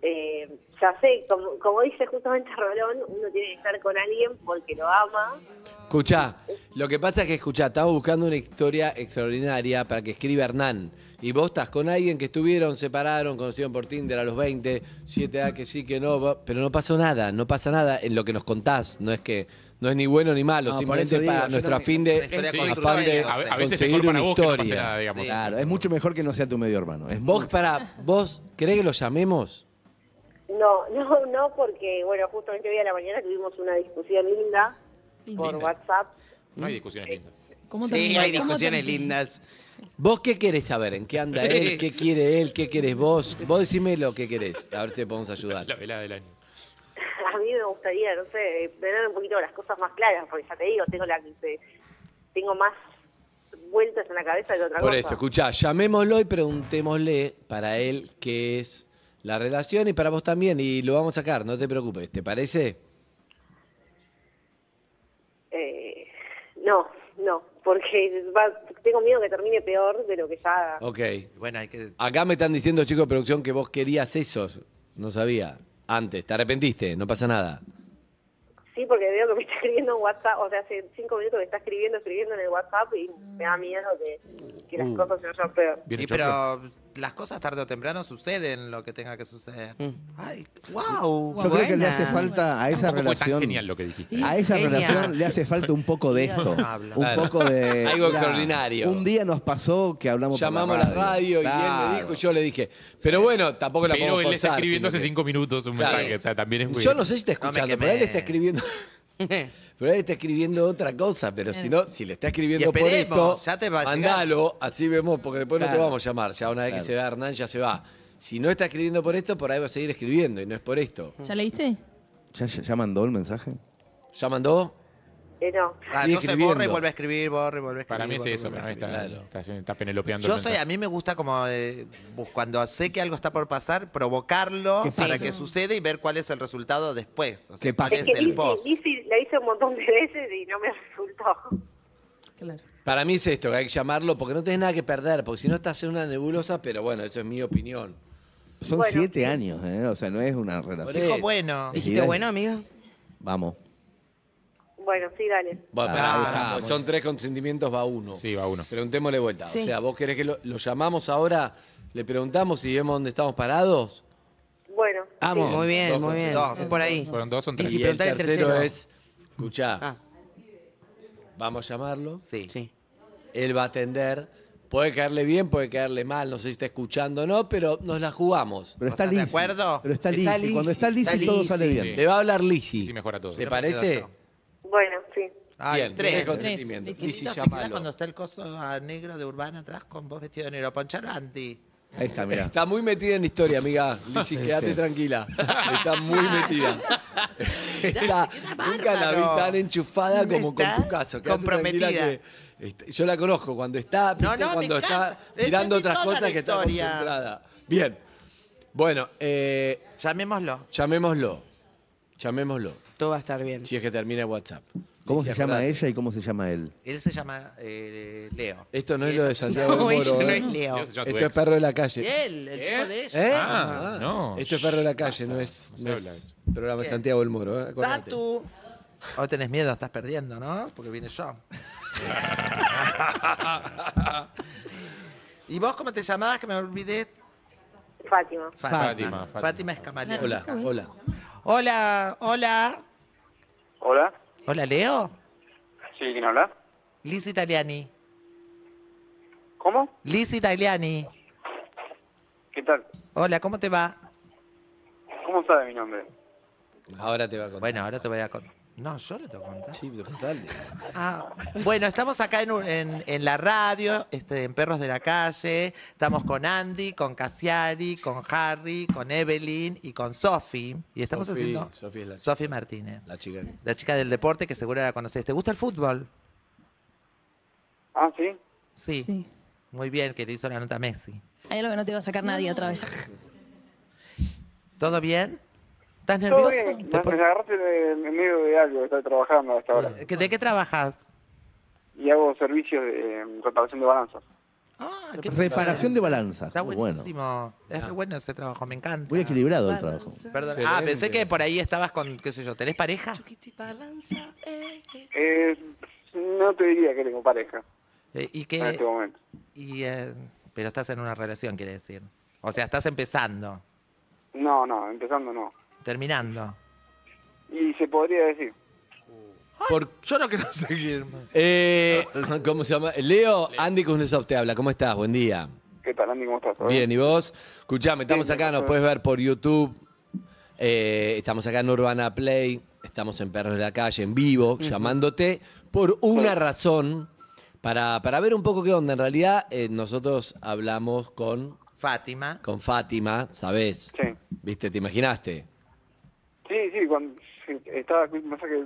Eh, ya sé, como, como dice justamente Rolón, uno tiene que estar con alguien porque lo ama. Escuchá, lo que pasa es que escuchá, estamos buscando una historia extraordinaria para que escriba Hernán. Y vos estás con alguien que estuvieron, separaron, conocieron por Tinder a los 20, 7 A que sí, que no, va- pero no pasó nada, no pasa nada en lo que nos contás, no es que no es ni bueno ni malo, No, por simplemente eso digo, para yo nuestro no me- afín una de, historia afán construida, de no sé. A veces conseguir mejor para vos una que no historia. pase nada, digamos. Claro, es mucho mejor que no sea tu medio hermano. Es Vos, para, vos, ¿crees que lo llamemos? No, no, no, porque, bueno, justamente hoy a la mañana tuvimos una discusión linda por Linda. WhatsApp. No hay discusiones lindas. Eh, ¿Cómo Sí, terminó? hay ¿Cómo discusiones terminó? lindas. ¿Vos qué querés saber? ¿En qué anda él? ¿Qué quiere él? ¿Qué querés vos? Vos decime lo que querés, a ver si te podemos ayudar. La velada del año. A mí me gustaría, no sé, tener un poquito las cosas más claras, porque ya te digo, tengo la eh, tengo más vueltas en la cabeza que otra Por cosa. eso, escuchá, llamémoslo y preguntémosle para él qué es la relación y para vos también. Y lo vamos a sacar, no te preocupes. ¿Te parece? Eh, no, no, porque va- tengo miedo que termine peor de lo que ya... Ok. Bueno, hay que. Acá me están diciendo, chicos de producción, que vos querías eso. No sabía. Antes, te arrepentiste, no pasa nada. Sí, porque veo que me está escribiendo en WhatsApp, o sea, hace cinco minutos que está escribiendo, escribiendo en el WhatsApp y me da miedo que, que las Uh. cosas se vayan peor. Y pero las cosas tarde o temprano suceden lo que tenga que suceder. Ay, wow. Yo creo que le hace falta a esa Tampoco fue tan relación. genial lo que dijiste. A esa Genial. relación le hace falta un poco de esto. Habla. un Claro. poco de. Algo extraordinario. Un día nos pasó que hablamos por Llamamos a la radio y él me dijo y yo le dije. Pero bueno, tampoco la Pero podemos él está forzar, escribiendo sino hace que- cinco minutos un Claro. mensaje, o sea, también es muy... Ah, Yo no sé si está escuchando, pero él está escribiendo. Pero él está escribiendo otra cosa, pero si no, si le está Y escribiendo por esperemos, esto, ya te va a llegar. mandalo, así vemos, porque después no te Claro. vamos a llamar. Ya una vez Claro. que se va Hernán, ya se va. Si no está escribiendo por esto, por ahí va a seguir escribiendo y no es por esto. Mm. ¿Ya leíste? ¿Ya, ya, ya mandó el mensaje? ¿Ya mandó? Eh, no. Ah, Sigue entonces escribiendo. borra y vuelve a escribir, borra y vuelve a escribir. Para mí es borra y eso, vuelve para a mí está, escribir. está, está penelopeando. Yo el soy, mensaje. a mí me gusta como eh, bus- cuando sé que algo está por pasar, provocarlo Que para pase. que suceda y ver cuál es el resultado después. O sea, Que cuál pase. es que el hice, post. hice- la hice un montón de veces y no me resultó. Para mí es esto, que hay que llamarlo porque no tenés nada que perder, porque si no estás en una nebulosa, pero bueno, eso es mi opinión. Son siete años, ¿eh? O sea, no es una relación. Dijo eso. bueno. Es ¿Dijiste ideal. bueno, amiga? Vamos. Bueno, sí, dale. Bueno, Ah, pará, ah, pará, bueno. son tres consentimientos, va uno. Sí, va uno. Preguntémosle vuelta. Sí. O sea, vos querés que lo, lo llamamos ahora, le preguntamos y vemos dónde estamos parados. Bueno. Vamos. Muy bien, muy bien. Dos, Por ahí. Fueron dos, son Y tres. si y el preguntar el tercero, tercero. es, escuchá, vamos a llamarlo. Sí. Él va a atender. Puede caerle bien, puede caerle mal, no sé si está escuchando o no, pero nos la jugamos. Pero está ¿Estás Lizzy. Pero está Lizzy. Cuando está Lizzy, Lizzy. todo sale bien. Le va a hablar Lizzy. Sí, mejora todo. ¿Te parece? Bueno, sí. Bien, tres consentimientos. Tres. Lizzy, Listo, ¿te acuerdas llamalo. cuando está el coso ah, negro de Urbana atrás con vos vestido de negro? Ponchalo, Andy. Ahí está, mirá. Está muy metida en historia, amiga. Lizzy, quédate tranquila. Está muy metida. Era- nunca la vi bárbaro. tan enchufada como con tu caso. Quédate Comprometida. tranquila que, este, yo la conozco cuando está, No, ¿viste? no, me cuando está encanta. mirando Entendí otras toda cosas la que está historia. concentrada. Bien. Bueno, eh, llamémoslo. Llamémoslo. Llamémoslo. Todo va a estar bien. Si es que termina WhatsApp. ¿Cómo Lizzy, se llama acordate. ella y cómo se llama él? Él se llama eh, Leo. Esto no Y es lo ella- de Santiago No, del ella Moro. no ¿eh? es Leo. Leo se llama tu Esto es ex. perro de la calle. Él, el chico de ella. ¿Eh? Ah, no. Esto es perro de la calle, no es, no es programa de Santiago del Moro. ¿eh? Acordate. Satu. Hoy tenés miedo, estás perdiendo, ¿no? Porque viene yo. ¿Y vos cómo te llamabas que me olvidé? Fátima. Fátima, Fátima. Fátima Escamaleón. Hola, hola. Hola, hola. Hola, Hola, Leo. sí, ¿quién habla? Liz Italiani. ¿Cómo? Liz Italiani. ¿Qué tal? Hola, ¿cómo te va? ¿Cómo sabe mi nombre? Ahora te va a contar. Bueno, ahora te voy a contar. No, yo le tengo que contar. Sí, pero contale. Ah, bueno, estamos acá en, un- en- en la radio, este, en Perros de la Calle. Estamos con Andy, con Cassiari, con Harry, con Evelyn y con Sofi. Y estamos Sofi, haciendo. Sofi es la- Sofi Martínez, La chica. que- la chica del deporte que seguro la conocés. ¿Te gusta el fútbol? Ah, sí. Sí. Muy bien, que le hizo la nota a Messi. Hay algo que no te va a sacar nadie otra vez. ¿Todo bien? ¿Estás Todo nervioso? bien, ¿Te me, po- me agarraste de- en medio de algo, estoy trabajando hasta ahora. ¿Que- ¿De qué trabajas? Y hago servicios de eh, reparación de balanzas. Reparación de balanza. Ah, Está Muy bueno. buenísimo. Es re bueno ese trabajo, me encanta. Muy equilibrado el trabajo. Perdón. Ah, pensé que por ahí estabas con, qué sé yo, ¿tenés pareja? Eh, no te diría que tengo pareja Eh, ¿Y en este qué? momento. Y, eh, pero estás en una relación, quiere decir. O sea, estás empezando, No, no, empezando no. terminando. Y se podría decir. Por- Yo no quiero seguir. Eh, ¿Cómo se llama? Leo, Andy Kuznetsov te habla. ¿Cómo estás? Buen día. ¿Qué tal, Andy? ¿Cómo estás? ¿Todo Bien, ¿y vos? Escuchame, estamos acá, nos puedes ver por YouTube. eh, estamos acá en Urbana Play. Estamos en Perros de la Calle, en vivo, llamándote por una razón. Para, para ver un poco qué onda. En realidad, eh, nosotros hablamos con, Fátima. con Fátima, ¿sabés? Sí. ¿Viste? ¿Te imaginaste? Sí, sí, cuando sí, estaba, me pasa que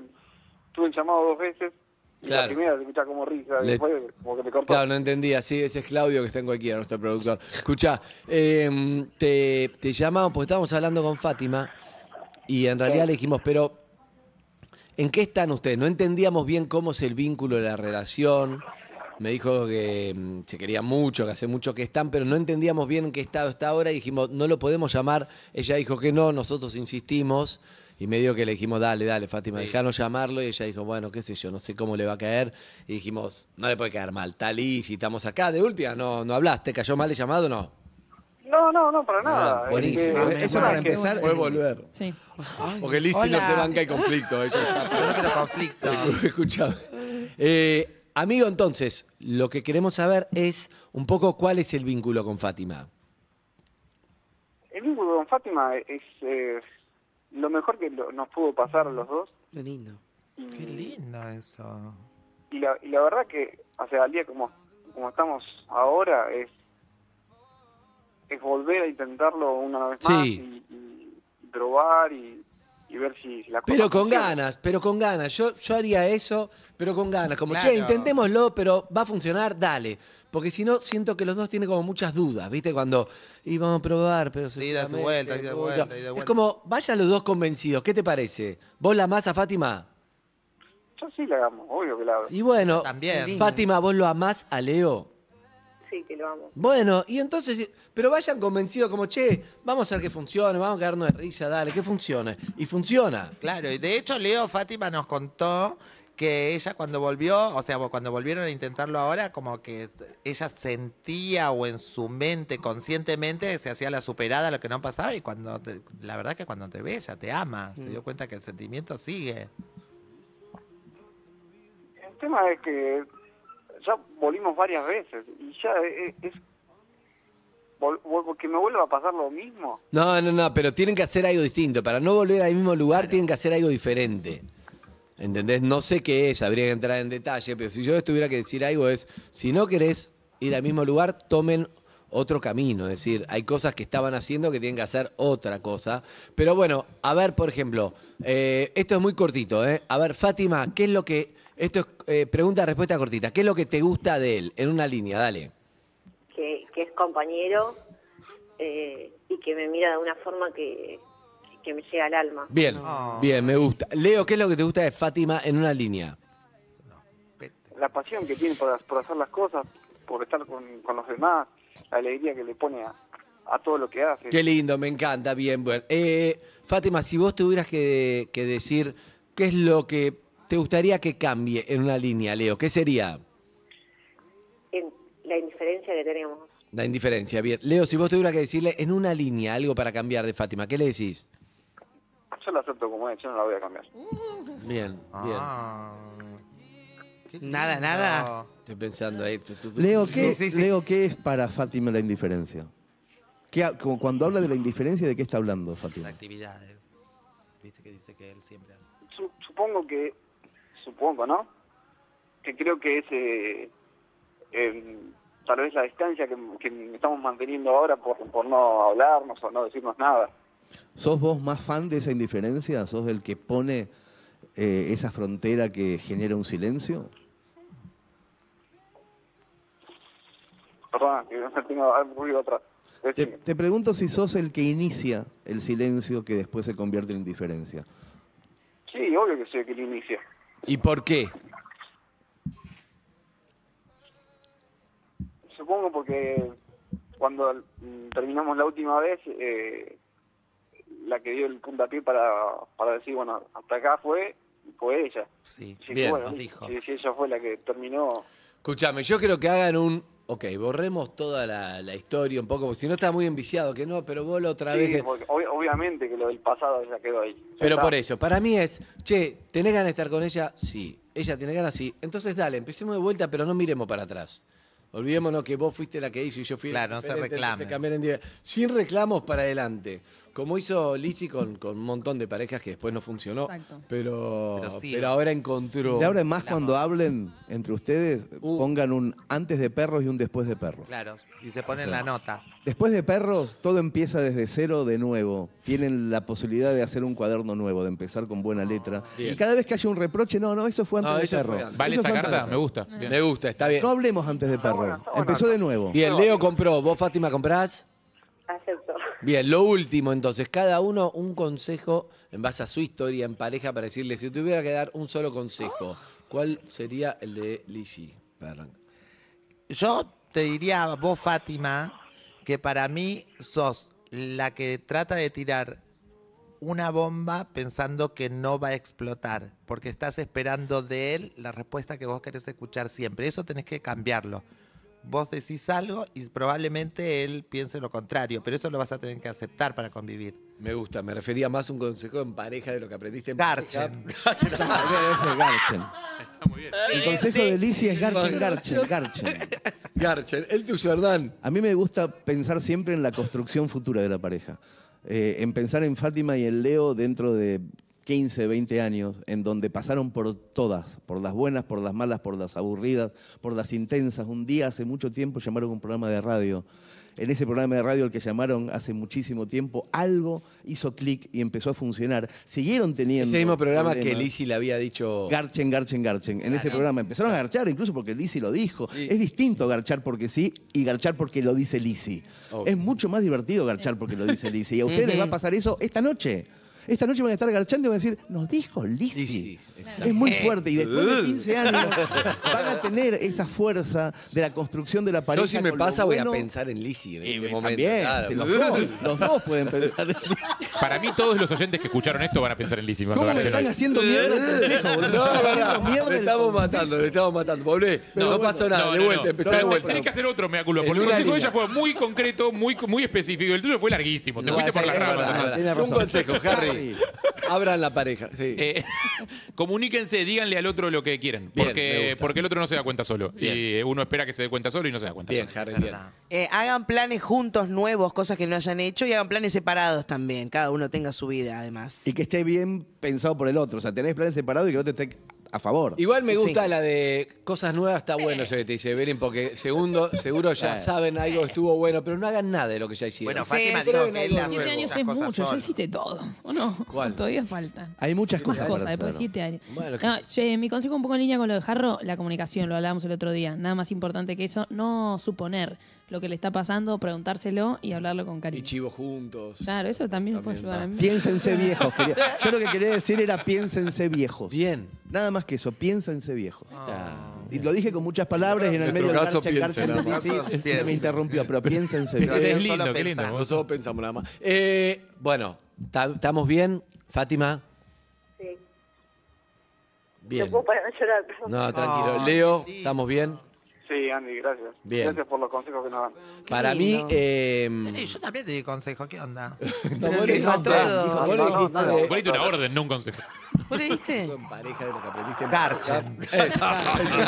tuve el llamado dos veces. Y Claro. La primera se escuchaba como risa, Le- después como que me cortó. Claro, no entendía. Sí, ese es Claudio que está en cualquiera, nuestro productor. Escuchá, eh, te, te llamamos porque estábamos hablando con Fátima y en realidad le dijimos, pero ¿en qué están ustedes? No entendíamos bien cómo es el vínculo de la relación. Me dijo que mm, se quería mucho, que hace mucho que están, pero no entendíamos bien en qué estado está ahora y dijimos, no lo podemos llamar. Ella dijo que no, nosotros insistimos. Y medio que le dijimos, dale, dale, Fátima, dejanos llamarlo. Y ella dijo, bueno, qué sé yo, no sé cómo le va a caer. Y dijimos, no le puede caer mal, tal y si estamos acá, de última, no, no hablaste, cayó mal el llamado, no. No, no, no, para nada. Ah, buenísimo. Es que- Eso para empezar. Puede volver. Sí. Porque Lizzy no Hola. se banca el conflicto. Ella conflicto. Escuchame. Eh, amigo, entonces, lo que queremos saber es un poco cuál es el vínculo con Fátima. El vínculo con Fátima es eh, lo mejor que lo- nos pudo pasar a los dos. Qué lindo. Y, Qué lindo eso. y la, y la verdad que, o sea, al día como, como estamos ahora, es, es volver a intentarlo una vez más Sí. y, y- y probar y, y ver si, si la cosa Pero con funciona. ganas, pero con ganas. Yo, yo haría eso, pero con ganas. Como, che, Claro. intentémoslo, pero va a funcionar, dale. Porque si no, siento que los dos tienen como muchas dudas, ¿viste? Cuando, y vamos a probar, pero... y de seguramente- vuelta, y de vuelta, y de Es vuelta. como, vayan los dos convencidos, ¿qué te parece? ¿Vos la amás a Fátima? Yo sí la amo, obvio que la amo. Y bueno, también. Fátima, ¿vos lo amás a Leo? Sí, que lo amo. Bueno, y entonces, pero vayan convencidos como, che, vamos a hacer que funcione, vamos a quedarnos de risa, dale, que funcione. Y funciona. Claro, y de hecho Leo Fátima nos contó que ella cuando volvió, o sea, cuando volvieron a intentarlo ahora, como que ella sentía o en su mente, conscientemente, se hacía la superada, lo que no pasaba, y cuando, te- la verdad que cuando te ve, ella te ama, se Mm. dio cuenta que el sentimiento sigue. El tema es que ya volvimos varias veces y ya es... es- vol- vol- porque me vuelva a pasar lo mismo. No, no, no, pero tienen que hacer algo distinto. Para no volver al mismo lugar, tienen que hacer algo diferente. ¿Entendés? No sé qué es, habría que entrar en detalle, pero si yo les tuviera que decir algo es, si no querés ir al mismo lugar, tomen otro camino. Es decir, hay cosas que estaban haciendo que tienen que hacer otra cosa. Pero bueno, a ver, por ejemplo, eh, esto es muy cortito, ¿eh? A ver, Fátima, ¿qué es lo que... Esto es eh, pregunta-respuesta cortita. ¿Qué es lo que te gusta de él? En una línea, dale. que, que es compañero eh, y que me mira de una forma que, que me llega al alma. Bien, Ah. bien, me gusta. Leo, ¿qué es lo que te gusta de Fátima en una línea? La pasión que tiene por, por hacer las cosas, por estar con, con los demás, la alegría que le pone a, a todo lo que hace. Qué lindo, me encanta, bien, bueno. Eh, Fátima, si vos tuvieras que, que decir qué es lo que te gustaría que cambie en una línea, Leo, ¿qué sería? En la indiferencia que tenemos. La indiferencia, bien. Leo, si vos tuvieras que decirle en una línea algo para cambiar de Fátima, ¿qué le decís? Yo la acepto como es, yo no la voy a cambiar. Bien, bien. Ah, Nada, nada. Estoy pensando ahí. tu, tu, tu. Leo, ¿qué, Leo, ¿qué es para Fátima la indiferencia? ¿Qué ha- como cuando habla de la indiferencia, ¿de qué está hablando Fátima? Actividades. Viste que dice que él siempre... Su- supongo que, supongo, ¿no? Que creo que es eh, em, tal vez la distancia que, que estamos manteniendo ahora por, por no hablarnos o no decirnos nada. ¿Sos vos más fan de esa indiferencia? ¿Sos el que pone eh, esa frontera que genera un silencio? Perdona, que tengo algún ruido atrás. Te, te pregunto si sos el que inicia el silencio que después se convierte en indiferencia. Sí, obvio que soy el que lo inicia. ¿Y por qué? Supongo porque cuando mm, terminamos la última vez, eh, la que dio el puntapié para, para decir, bueno, hasta acá fue, fue ella. Sí, Sí, bien, bueno, nos sí, dijo. sí, sí, ella fue la que terminó. Escúchame, yo creo que hagan un. Ok, borremos toda la, la historia un poco, porque si no está muy enviciado, que no, pero vos la otra Sí, vez. que- porque ob- obviamente que lo del pasado ya quedó ahí. Ya Pero está. por eso, para mí es, che, ¿tenés ganas de estar con ella? Sí. Ella tiene ganas, sí. Entonces dale, empecemos de vuelta, pero no miremos para atrás. Olvidémonos que vos fuiste la que hizo y yo fui la Claro, no se diferente, reclame. entonces cambiar en día- Sin reclamos para adelante. Como hizo Lizzy con, con un montón de parejas que después no funcionó. Exacto. Pero, Pero sí. pero ahora encontró. De ahora en más, cuando hablen entre ustedes, Uh. pongan un antes de perros y un después de perros. Claro, y se pone en la nota. Después de perros, todo empieza desde cero de nuevo. Tienen la posibilidad de hacer un cuaderno nuevo, de empezar con buena letra. Ah, Bien. Y cada vez que haya un reproche, no, no, eso fue antes No, de eso perro. fue antes. Vale Eso esa fue antes de carta, perro. me gusta. Ah. Bien. Me gusta, está bien. No hablemos antes de perro. Empezó de nuevo. Bien, Leo compró, vos Fátima comprás. Acepto. Bien, lo último entonces, cada uno un consejo en base a su historia en pareja para decirle, si tuviera que dar un solo consejo, ¿cuál sería el de Lizzy? Perdón. Yo te diría a vos, Fátima, que para mí sos la que trata de tirar una bomba pensando que no va a explotar, porque estás esperando de él la respuesta que vos querés escuchar siempre. Eso tenés que cambiarlo. Vos decís algo y probablemente él piense lo contrario, pero eso lo vas a tener que aceptar para convivir. Me gusta, me refería más a un consejo en pareja de lo que aprendiste en Garchen. pareja. Garchen. El consejo de Lizzie es garchen, garchen, garchen. Garchen, el tuyo, Hernán. A mí me gusta pensar siempre en la construcción futura de la pareja. Eh, en pensar en Fátima y en Leo dentro de 15, 20 años, en donde pasaron por todas, por las buenas, por las malas, por las aburridas, por las intensas. Un día hace mucho tiempo llamaron a un programa de radio. En ese programa de radio al que llamaron hace muchísimo tiempo, algo hizo clic y empezó a funcionar. Siguieron teniendo. Ese mismo programa que problemas. Lizzie le había dicho. Garchen, garchen, garchen. En ese Claro. programa empezaron a garchar, incluso porque Lisi lo dijo. Es distinto garchar porque sí y garchar porque lo dice Lisi. Obvio. Es mucho más divertido garchar porque lo dice Lisi. Y a ustedes les va a Ujú. pasar eso esta noche. Esta noche van a estar garchando y van a decir, nos dijo Lisi. Es muy fuerte. Y después de 15 años van a tener esa fuerza de la construcción de la pareja. Yo si me con lo pasa voy a bueno- pensar en Lizzie en ese momento. también, claro. si los dos, los dos pueden pensar en Para mí, todos los oyentes que escucharon esto van a pensar en Lizzie. cuando ¿Cómo me García están lo diga. haciendo mierda "Eh, el consejo, boludo? No, es verdad. Haciendo mierda Le el estamos matando, le estamos matando. Volvé. No, pasó nada. de vuelta, empezá de vuelta. Tenés que hacer otro mea culpa, En porque el una consejo de línea. ella fue muy concreto, muy, muy específico. El tuyo fue larguísimo. Te No, fuiste es por las verdad, ramas. es ¿no? verdad. Un consejo, Harry. Abran la pareja. Sí. Eh, comuníquense, díganle al otro lo que quieren. Bien, me porque, gusta. porque el otro no se da cuenta solo. Y uno espera que se dé cuenta solo y no se da cuenta Bien, solo. Harry, bien. Eh, hagan planes juntos nuevos, cosas que no hayan hecho, y hagan planes separados también. Cada uno tenga su vida, además. Y que esté bien pensado por el otro. O sea, tenés planes separados y que el otro esté a favor. Igual me gusta la de cosas nuevas, está bueno eso que te dice Belén, porque segundo, seguro ya Eh. saben algo estuvo bueno, pero no hagan nada de lo que ya hicieron. Bueno, Fátima Sí, dijo sí, que sí. la- Siete Muchas años es cosas mucho, ya solo. hiciste todo, ¿o no? ¿Cuál? Todavía faltan. Hay muchas Más cosas. cosas, después de decir. siete años. Bueno, No, che, mi consejo un poco en línea con lo de Jarro, la comunicación, lo hablábamos el otro día. Nada más importante que eso, no suponer lo que le está pasando, preguntárselo y hablarlo con Y cariño. chivos juntos. Claro, eso también, nos puede También, ayudar a pues, mí. Piénsense viejos. quería- Yo lo que quería decir era piénsense viejos. Bien. Ah. Nada más que eso, piénsense viejos. Y lo dije con muchas palabras y en el En nuestro medio caso, garcha, garcha, piensen, garcha, nada más. sí, se me interrumpió, pero piénsense Pero viejos. es lindo, qué lindo. Nosotros pensamos nada más. Eh, bueno, ¿ta- ¿estamos bien, Fátima? Sí. Bien. No puedo parar de llorar. perdón. No, tranquilo. Leo, ¿estamos bien? Sí, Andy, gracias. Bien. Gracias por los consejos que nos dan. Para mí, eh, Yo también te di consejo, ¿qué onda? No, vos le Dijo dijiste- todo. dijo- No, vos le no, dijiste- no, no. Vos le diste una orden, no un consejo. ¿Vos le diste? En pareja de lo que aprendiste en Garchen. Eh,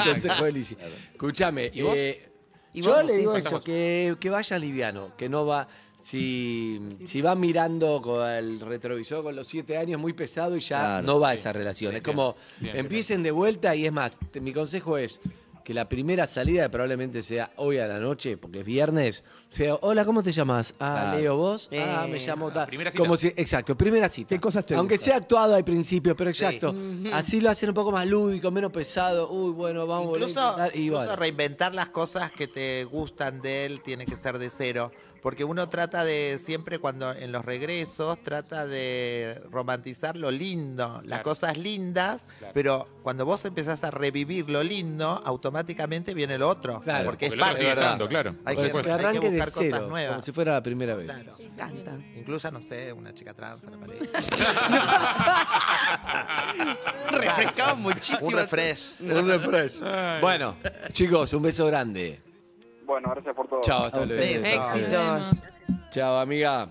el consejo de Lizzy. Escuchame, ¿Y vos? eh, ¿Y yo vos? le Sí, digo faltamos. eso, que, que vaya liviano, que no va. Si, si va mirando con el retrovisor con los siete años, muy pesado y ya Claro. no va esa relación. es como bien. empiecen de vuelta y es más, te- mi consejo es que la primera salida probablemente sea hoy a la noche, porque es viernes, sea, hola, ¿cómo te llamas? Ah, Claro. Leo, vos. ah, Eh. me llamo tal. Primera cita. Como si, exacto, primera cita. ¿Qué cosas te Aunque gustan? sea actuado al principio, pero exacto. Ujú. Así lo hacen un poco más lúdico, menos pesado. Uy, bueno, vamos a volver a Incluso, intentar, y incluso bueno. reinventar las cosas que te gustan de él tiene que ser de cero. Porque uno trata de, siempre cuando en los regresos, trata de romantizar lo lindo, las Claro. cosas lindas, Claro. pero cuando vos empezás a revivir lo lindo, automáticamente viene lo otro. Claro, porque, porque es lo otro parte sigue de- estando, claro. Hay, Por que, eso, que hay que arranque de buscar cosas cero, como nuevas. si fuera la primera vez. Claro. encanta. Incluya, no sé, una chica trans. en la pareja. Refrescaba muchísimo. Un refresh. Un refresh. Bueno, chicos, un beso grande. Bueno, gracias por todo. Chao, hasta luego. Éxitos. Chao, amiga.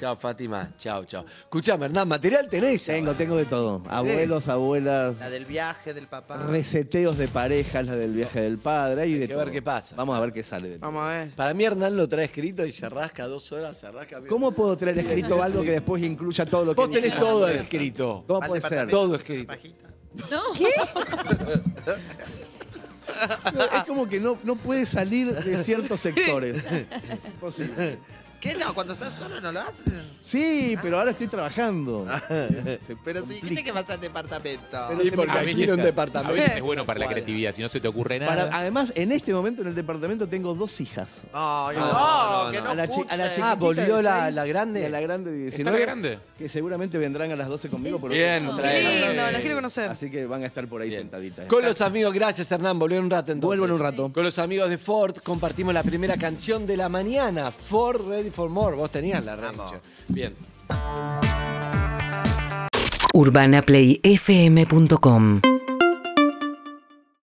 Chao, Fátima. Chao, chao. Escuchame, Hernán, ¿material tenés? Tengo, tengo de todo. Abuelos, abuelas, La del viaje, del papá. reseteos de parejas, la del viaje del padre. Hay de que ver todo. qué pasa. Vamos a ver qué sale de todo. Vamos a ver. Para mí Hernán lo trae escrito y se rasca dos horas, se rasca. ¿Cómo puedo tener escrito algo que después incluya todo lo que Vos tenés dijimos todo antes? escrito. ¿Cómo puede ser? Todo escrito. No, es como que no, no puede salir de ciertos sectores. Posible. ¿Qué no? Cuando estás solo no lo haces. Sí, pero ahora estoy trabajando. Pero sí, ¿qué te que vas al departamento? Pero Sí, se me porque A veces- alquila un departamento. A veces es bueno para la creatividad, si no se te ocurre Para- nada. además, en este momento en el departamento tengo dos hijas. Ay, No, no, que no. a, la chi- a la escuchen. chiquitita Ah, volvió de la- seis la grande. y a la grande de ¿Está 19. la grande? Que seguramente vendrán a las 12 conmigo. porque- Bien, Qué traela. lindo, las quiero conocer. Así que van a estar por ahí sentaditas. Con los amigos, gracias Hernán, volvió en un rato entonces. Vuelvo en un rato. Con los amigos de Ford compartimos la primera canción de la mañana, Ford Ready for More. Vos tenías la rancho. Bien. UrbanaPlayFM.com